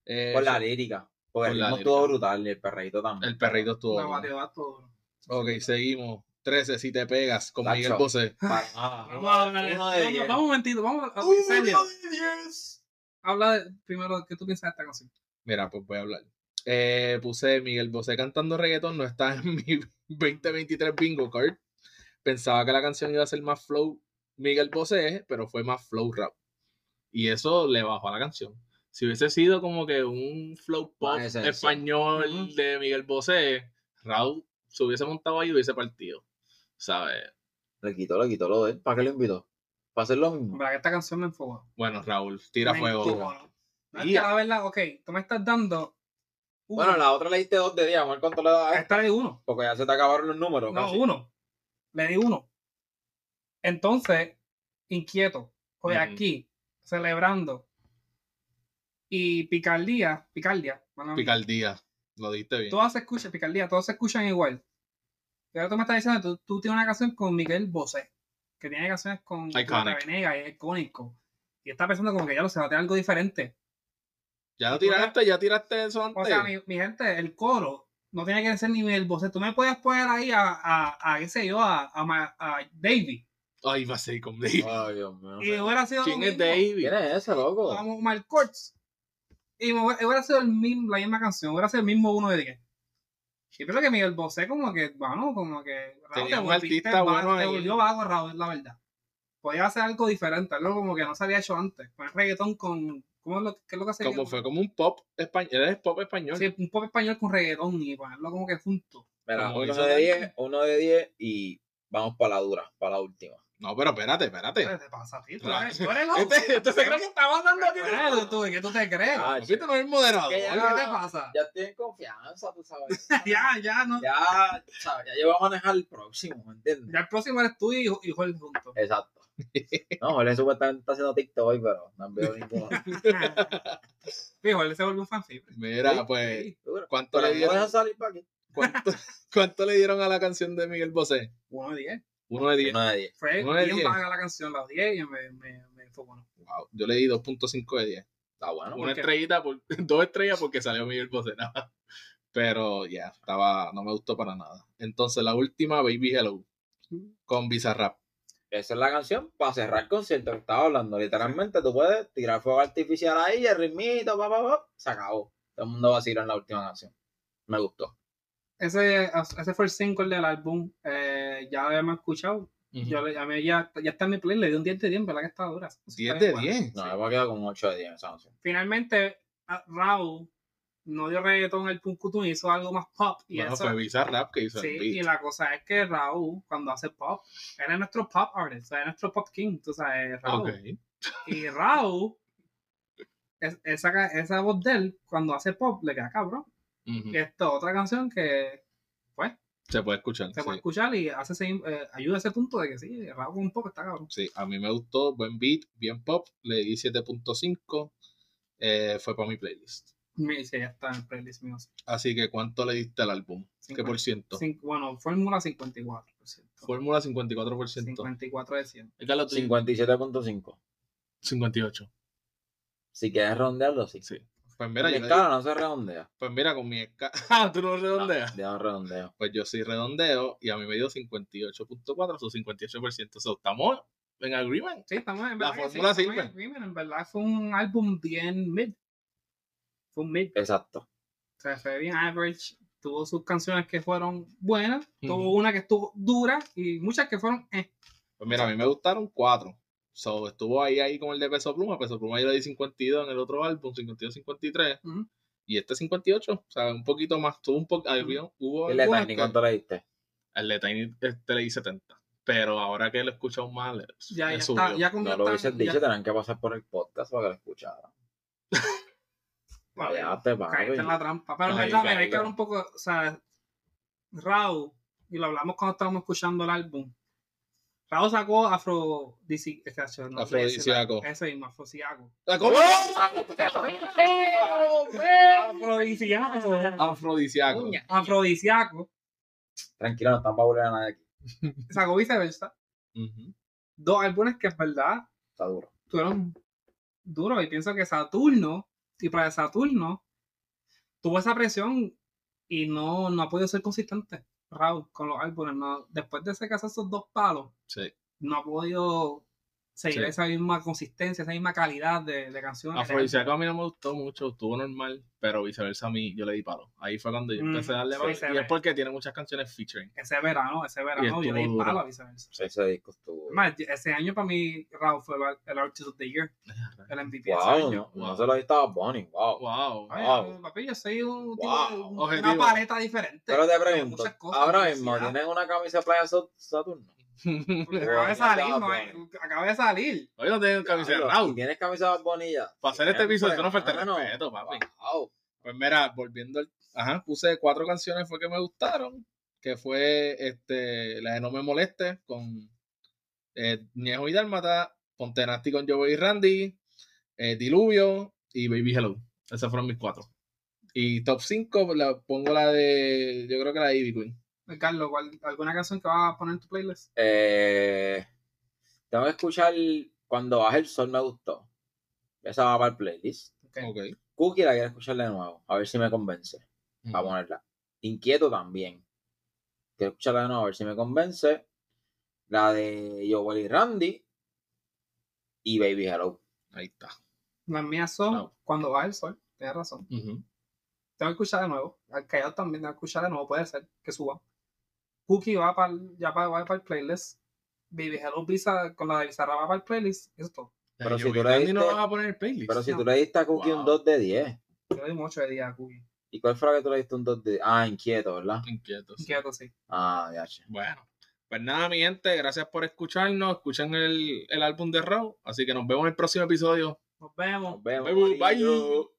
[SPEAKER 1] Eh,
[SPEAKER 2] Por la lírica.
[SPEAKER 1] Por
[SPEAKER 2] Porque el
[SPEAKER 1] la
[SPEAKER 2] ritmo
[SPEAKER 1] lírica.
[SPEAKER 2] estuvo brutal y el perreíto también.
[SPEAKER 1] El perrito estuvo.
[SPEAKER 3] La
[SPEAKER 1] bien.
[SPEAKER 3] bateada todo.
[SPEAKER 1] Ok, seguimos. 13, si te pegas con
[SPEAKER 2] Nacho.
[SPEAKER 1] Miguel Bosé.
[SPEAKER 2] Para nada.
[SPEAKER 3] Vamos a hablar.
[SPEAKER 2] Uno de
[SPEAKER 3] no, no,
[SPEAKER 2] 10.
[SPEAKER 3] Vamos un momentito, vamos a
[SPEAKER 2] Uno
[SPEAKER 3] en serio.
[SPEAKER 2] de 10.
[SPEAKER 3] Habla de- primero qué tú piensas de esta canción.
[SPEAKER 1] Mira, pues voy a hablar. Eh, puse Miguel Bosé cantando reggaetón, no está en mi 2023 bingo card. Pensaba que la canción iba a ser más flow Miguel Bosé, pero fue más flow rap. Y eso le bajó a la canción. Si hubiese sido como que un flow pop
[SPEAKER 2] Más esencia.
[SPEAKER 1] español
[SPEAKER 3] Ujú.
[SPEAKER 1] de Miguel Bosé, Raúl se hubiese montado ahí y hubiese partido. ¿Sabes?
[SPEAKER 2] Le quitó, le quitó lo de él. ¿Para qué lo invitó? Para hacer lo mismo.
[SPEAKER 3] Hombre, que esta canción me enfogó.
[SPEAKER 1] Bueno, Raúl, tira
[SPEAKER 3] Me
[SPEAKER 1] fuego.
[SPEAKER 3] enfogó. No, es que
[SPEAKER 1] Ya.
[SPEAKER 3] la verdad, ok, tú me estás dando. uno.
[SPEAKER 2] Bueno, la otra le diste 2 de 10. Vamos a ver cuánto le da
[SPEAKER 3] A
[SPEAKER 2] a esta.
[SPEAKER 3] esta le di uno.
[SPEAKER 2] Porque ya se te acabaron los números.
[SPEAKER 3] No,
[SPEAKER 2] casi.
[SPEAKER 3] uno. Le di uno. Entonces, inquieto. Hoy
[SPEAKER 1] Ujú.
[SPEAKER 3] aquí, celebrando. Y picardía, picardía. mala mía.
[SPEAKER 1] Picardía. Lo diste bien.
[SPEAKER 3] Todas se escuchan, picardía, todas se escuchan igual. Pero tú me estás diciendo, tú, tú tienes una canción con Miguel Bosé, que tiene canciones con
[SPEAKER 1] Iconic.
[SPEAKER 3] Julieta Venegas, y es icónico. Y está pensando como que ya lo se va a tener algo diferente.
[SPEAKER 1] Ya lo tiraste, ya tiraste eso antes.
[SPEAKER 3] O sea, mi, mi gente, el coro no tiene que ser ni Miguel Bosé. Tú me puedes poner ahí a, a, a qué sé yo, a, a, Ma- a Davey.
[SPEAKER 1] Ay, va a ser con David.
[SPEAKER 2] Ay, Dios mío.
[SPEAKER 3] Y hubiera sido.
[SPEAKER 1] ¿Quién
[SPEAKER 3] lo
[SPEAKER 1] es
[SPEAKER 3] mismo.
[SPEAKER 1] David?
[SPEAKER 2] ¿Quién es ese, loco?
[SPEAKER 3] Como Malcorts. Y me hubiera hubiera sido el mismo, la misma canción, hubiera sido el mismo uno de 10. Yo creo que Miguel Bosé, como que, bueno, como que. Raúl,
[SPEAKER 1] Tenía
[SPEAKER 3] te
[SPEAKER 1] un
[SPEAKER 3] volviste
[SPEAKER 1] artista
[SPEAKER 3] va-
[SPEAKER 1] bueno
[SPEAKER 3] Te
[SPEAKER 1] ahí.
[SPEAKER 3] volvió vago, Raúl, la verdad. Podía hacer algo diferente, algo como que no se había hecho antes. Con el reggaetón con. ¿Cómo es lo, qué es lo que hace?
[SPEAKER 1] Como fue como un pop español. Él es pop español.
[SPEAKER 3] Sí, un pop español con reggaetón y ponerlo como que junto.
[SPEAKER 2] Mira,
[SPEAKER 1] Como
[SPEAKER 2] uno
[SPEAKER 1] hizo
[SPEAKER 2] de
[SPEAKER 1] Dani.
[SPEAKER 2] 10, uno de 10 y vamos para la dura, para la última.
[SPEAKER 1] No, pero espérate, espérate.
[SPEAKER 3] ¿Qué te pasa a ti? Tú
[SPEAKER 1] Ra-
[SPEAKER 3] eres, ¿eh? tú eres loco.
[SPEAKER 1] Este, este se cree que estamos dando aquí.
[SPEAKER 3] Claro, tú, ¿Qué tú te crees?
[SPEAKER 2] Ah,
[SPEAKER 1] Papito, no es moderado.
[SPEAKER 2] Que ya-
[SPEAKER 3] ¿Qué te pasa?
[SPEAKER 2] Ya estoy en confianza, tú sabes.
[SPEAKER 3] Ya, ya, no.
[SPEAKER 2] ya, sabes, ya yo voy a manejar el próximo, ¿me entiendes?
[SPEAKER 3] Ya el próximo eres tú y, y Jorge juntos.
[SPEAKER 2] Exacto. No, Jorge supuestamente está haciendo TikTok hoy, pero no han visto ninguno.
[SPEAKER 3] Fijo, él se volvió un fanfibre.
[SPEAKER 1] Mira, pues,
[SPEAKER 2] Sí, duro.
[SPEAKER 1] ¿cuánto
[SPEAKER 2] Pero
[SPEAKER 1] le
[SPEAKER 2] no dejan
[SPEAKER 1] dieron?
[SPEAKER 2] salir para aquí.
[SPEAKER 1] ¿Cuánto, cuánto le dieron a la canción de Miguel Bosé?
[SPEAKER 3] Uno de 10.
[SPEAKER 1] Uno de diez.
[SPEAKER 2] Uno de 10.
[SPEAKER 3] Fue
[SPEAKER 1] Uno de
[SPEAKER 3] bien
[SPEAKER 1] diez.
[SPEAKER 3] vaga la canción, la odié y me, me, me fue bueno.
[SPEAKER 1] Wow, yo le di 2.5 de 10.
[SPEAKER 2] Está bueno.
[SPEAKER 1] Una
[SPEAKER 3] ¿por qué?
[SPEAKER 1] estrellita, por, dos estrellas porque salió Miguel Bosé. nada más. Pero ya, estaba, no me gustó para nada. Entonces, la última, Baby Hello, con Bizarrap.
[SPEAKER 2] Esa es la canción para cerrar el concierto que estaba hablando. Literalmente, tú puedes tirar fuego artificial ahí, el ritmito, pa, pa, pa, se acabó. Todo el mundo va a seguir en la última canción. Me gustó.
[SPEAKER 3] Ese, ese fue el single del álbum. Eh, ya habíamos escuchado. Yo le, a mí ya, ya está en mi playlist. Le di un 10 de 10, ¿verdad? Que está dura. Eso está
[SPEAKER 1] 10
[SPEAKER 3] bien
[SPEAKER 1] de
[SPEAKER 3] bueno.
[SPEAKER 1] 10.
[SPEAKER 2] No, me voy a quedar con 8 de 10 esa canción.
[SPEAKER 3] Finalmente, a- Raúl no dio reggaetón al Punkutun y hizo algo más pop. Y
[SPEAKER 1] Bueno,
[SPEAKER 3] eso.
[SPEAKER 1] fue Bizarrap que hizo
[SPEAKER 3] Sí,
[SPEAKER 1] el
[SPEAKER 3] y
[SPEAKER 1] beat.
[SPEAKER 3] la cosa es que Raúl, cuando hace pop, él es nuestro pop artist, él es nuestro pop king, tú sabes, Raúl.
[SPEAKER 1] Ok.
[SPEAKER 3] Y Raúl, es- esa, ca- esa voz de él, cuando hace pop, le queda cabrón.
[SPEAKER 1] Ujú.
[SPEAKER 3] Y Esto, otra canción que
[SPEAKER 1] Se puede escuchar.
[SPEAKER 3] se
[SPEAKER 1] sí.
[SPEAKER 3] puede escuchar y hace ese, eh, ayuda a ese punto de que sí, Raúl con pop está cabrón.
[SPEAKER 1] Sí, a mí me gustó, buen beat, bien pop, le di 7.5, eh, fue para mi playlist.
[SPEAKER 3] Me dice, ya está en el playlist mío.
[SPEAKER 1] Así que, ¿cuánto le diste al álbum? ¿Qué por ciento?
[SPEAKER 3] Cin- bueno, Fórmula 54. por ciento.
[SPEAKER 1] Fórmula 54%.
[SPEAKER 3] 54 de 100.
[SPEAKER 1] Eh, Carlos, tú-
[SPEAKER 2] 57.5.
[SPEAKER 1] 58.
[SPEAKER 2] Si quieres redondearlo, sí.
[SPEAKER 1] Sí. Pues mira,
[SPEAKER 2] Mira, mi
[SPEAKER 1] yo le-
[SPEAKER 2] escala no se redondea.
[SPEAKER 1] pues mira con mi escala. Ah, tú no redondeas.
[SPEAKER 2] Ya no redondeo.
[SPEAKER 1] Pues yo sí redondeo y a mí me dio 58.4, o 58%. So, estamos en agreement.
[SPEAKER 3] Sí, estamos en
[SPEAKER 1] La
[SPEAKER 3] verdad que
[SPEAKER 1] fórmula
[SPEAKER 3] sí, estamos
[SPEAKER 1] sirve.
[SPEAKER 3] en agreement, En verdad fue un álbum bien mid. Fue un mid.
[SPEAKER 2] Exacto.
[SPEAKER 3] se fue bien average. Tuvo sus canciones que fueron buenas, tuvo
[SPEAKER 1] Ujú.
[SPEAKER 3] una que estuvo dura y muchas que fueron. eh.
[SPEAKER 1] Pues mira, a mí me gustaron 4. So, estuvo ahí ahí con el de Peso Pluma. Peso Pluma yo le di 52 en el otro álbum, 52-53.
[SPEAKER 3] Ujú.
[SPEAKER 1] Y este 58, o sea, un poquito más. Tuvo un poco. Hubo
[SPEAKER 2] ¿Y le
[SPEAKER 1] algunas
[SPEAKER 2] Tiny
[SPEAKER 1] que-
[SPEAKER 2] cuánto le diste?
[SPEAKER 1] El de Tiny este, le di 70. Pero ahora que lo he escuchado más, le,
[SPEAKER 3] Ya,
[SPEAKER 1] le
[SPEAKER 3] ya
[SPEAKER 1] subió.
[SPEAKER 3] está, ya como
[SPEAKER 2] No
[SPEAKER 3] ya
[SPEAKER 2] lo
[SPEAKER 3] está-
[SPEAKER 2] hubieses
[SPEAKER 3] ya-
[SPEAKER 2] dicho, tenían que pasar por el podcast para que lo escucharan.
[SPEAKER 3] Vale,
[SPEAKER 2] Cállate,
[SPEAKER 3] caíste en la
[SPEAKER 2] papi.
[SPEAKER 3] trampa. Pero en
[SPEAKER 1] Ay,
[SPEAKER 3] verdad, mira, hay
[SPEAKER 1] caíste.
[SPEAKER 3] que hablar un poco, o sea, Raúl, y lo hablamos cuando estábamos escuchando el álbum. Raúl sacó afro... disi- es que, no sé,
[SPEAKER 1] Afrodisíaco.
[SPEAKER 3] Eso mismo, afrodisíaco.
[SPEAKER 1] ¡La cómo?
[SPEAKER 3] Afrodisíaco.
[SPEAKER 1] Afrodisiaco.
[SPEAKER 3] Afrodisíaco.
[SPEAKER 2] Tranquilo, no estamos para volver a nadie aquí.
[SPEAKER 3] Sacó viceversa.
[SPEAKER 1] Ujú.
[SPEAKER 3] Dos álbumes que es verdad
[SPEAKER 2] Está duro.
[SPEAKER 3] estuvieron duros. Y pienso que Saturno, y para Saturno, tuvo esa presión y no, no ha podido ser consistente. Raúl, con los álbumes, no- después de sacarse esos dos palos,
[SPEAKER 1] Sí.
[SPEAKER 3] no ha podido seguir
[SPEAKER 1] Sí.
[SPEAKER 3] esa misma consistencia, esa misma calidad de, de canciones.
[SPEAKER 1] Afrodisíaco a mí no me gustó mucho, estuvo normal, pero viceversa a mí yo le di palo. Ahí fue cuando yo
[SPEAKER 3] Mm,
[SPEAKER 1] empecé a darle
[SPEAKER 3] sí,
[SPEAKER 1] palo.
[SPEAKER 3] se
[SPEAKER 1] y
[SPEAKER 3] ve.
[SPEAKER 1] es porque tiene muchas canciones featuring.
[SPEAKER 3] Ese verano, ese verano, yo le di
[SPEAKER 1] estuvo duro.
[SPEAKER 3] palo a viceversa.
[SPEAKER 2] Ese disco estuvo.
[SPEAKER 3] Además, ese año para mí, Raúl fue el, el Artist of the Year, el MVP. ese
[SPEAKER 2] Wow,
[SPEAKER 3] año.
[SPEAKER 2] no, no se lo he visto a Bonnie, wow.
[SPEAKER 1] Wow.
[SPEAKER 3] Ay,
[SPEAKER 2] Wow.
[SPEAKER 3] Papi, yo soy un tipo,
[SPEAKER 2] Wow.
[SPEAKER 3] un-
[SPEAKER 1] Objetivo.
[SPEAKER 3] una paleta diferente.
[SPEAKER 2] Pero te pregunto,
[SPEAKER 3] muchas cosas,
[SPEAKER 2] ahora mismo
[SPEAKER 1] ¿ah?
[SPEAKER 3] diversidad.
[SPEAKER 2] tienes una camisa de playa Sat- Saturno.
[SPEAKER 3] Porque acaba de salir, no, eh,
[SPEAKER 2] pues.
[SPEAKER 3] acaba de salir.
[SPEAKER 1] Hoy no tengo camisa de
[SPEAKER 2] Diablo, pues,
[SPEAKER 1] Raúl.
[SPEAKER 2] y Tienes camisa de Bonnie ya.
[SPEAKER 1] Para hacer este episodio,
[SPEAKER 2] Siempre,
[SPEAKER 1] no falta
[SPEAKER 2] mano.
[SPEAKER 1] respeto, papi.
[SPEAKER 2] Wow.
[SPEAKER 1] Pues mira, volviendo al... Ajá, puse cuatro canciones fue que me gustaron, que fue este, la de No Me Moleste con eh, Ñejo y Dálmata, Ponte Nasty con Joey y Randy, eh, Diluvio y Baby Hello. Esas fueron mis cuatro. Y top 5 la, pongo la de, yo creo que la de Ivy Queen.
[SPEAKER 3] Carlos, ¿cuál- ¿alguna canción que vas a poner en tu playlist?
[SPEAKER 2] Eh, tengo que escuchar Cuando baja el sol me gustó. Esa va para el playlist.
[SPEAKER 1] Ok.
[SPEAKER 2] Cookie la quiero escuchar de nuevo. A ver si me convence. Para ponerla. Inquieto también. Quiero escucharla de nuevo a ver si me convence. La de Joel y Randy. Y Baby Hello.
[SPEAKER 1] Ahí está.
[SPEAKER 3] Las mías son
[SPEAKER 1] Claro.
[SPEAKER 3] Cuando baja el sol, tienes razón.
[SPEAKER 1] Ujú.
[SPEAKER 3] Tengo que escuchar de nuevo. Al Callao también tengo que escuchar de nuevo, puede ser que suba. Cookie va para ya pa- va para el playlist. Baby Hello Visa con la de Bizarra va para el playlist. Eso es todo.
[SPEAKER 1] La
[SPEAKER 2] Pero
[SPEAKER 1] de
[SPEAKER 2] si
[SPEAKER 1] Joey
[SPEAKER 2] tú la
[SPEAKER 1] Randy no la
[SPEAKER 2] diste-
[SPEAKER 1] vas a poner en el playlist.
[SPEAKER 2] Pero si
[SPEAKER 3] No.
[SPEAKER 2] tú le diste a Cookie
[SPEAKER 1] Wow.
[SPEAKER 2] un 2 de 10.
[SPEAKER 3] Yo le doy mucho de día a Cookie.
[SPEAKER 2] ¿Y cuál fue la que tú le diste un 2 de 10? Ah, Inquieto, ¿verdad?
[SPEAKER 1] Inquietos.
[SPEAKER 3] Quédate así.
[SPEAKER 2] Ah, ya. che.
[SPEAKER 1] Bueno, pues nada, mi gente, gracias por escucharnos. Escuchen el, el álbum de Raw. Así que nos vemos en el próximo episodio.
[SPEAKER 3] Nos vemos.
[SPEAKER 2] Nos vemos.
[SPEAKER 1] Nos vemos, bye.
[SPEAKER 2] corillo.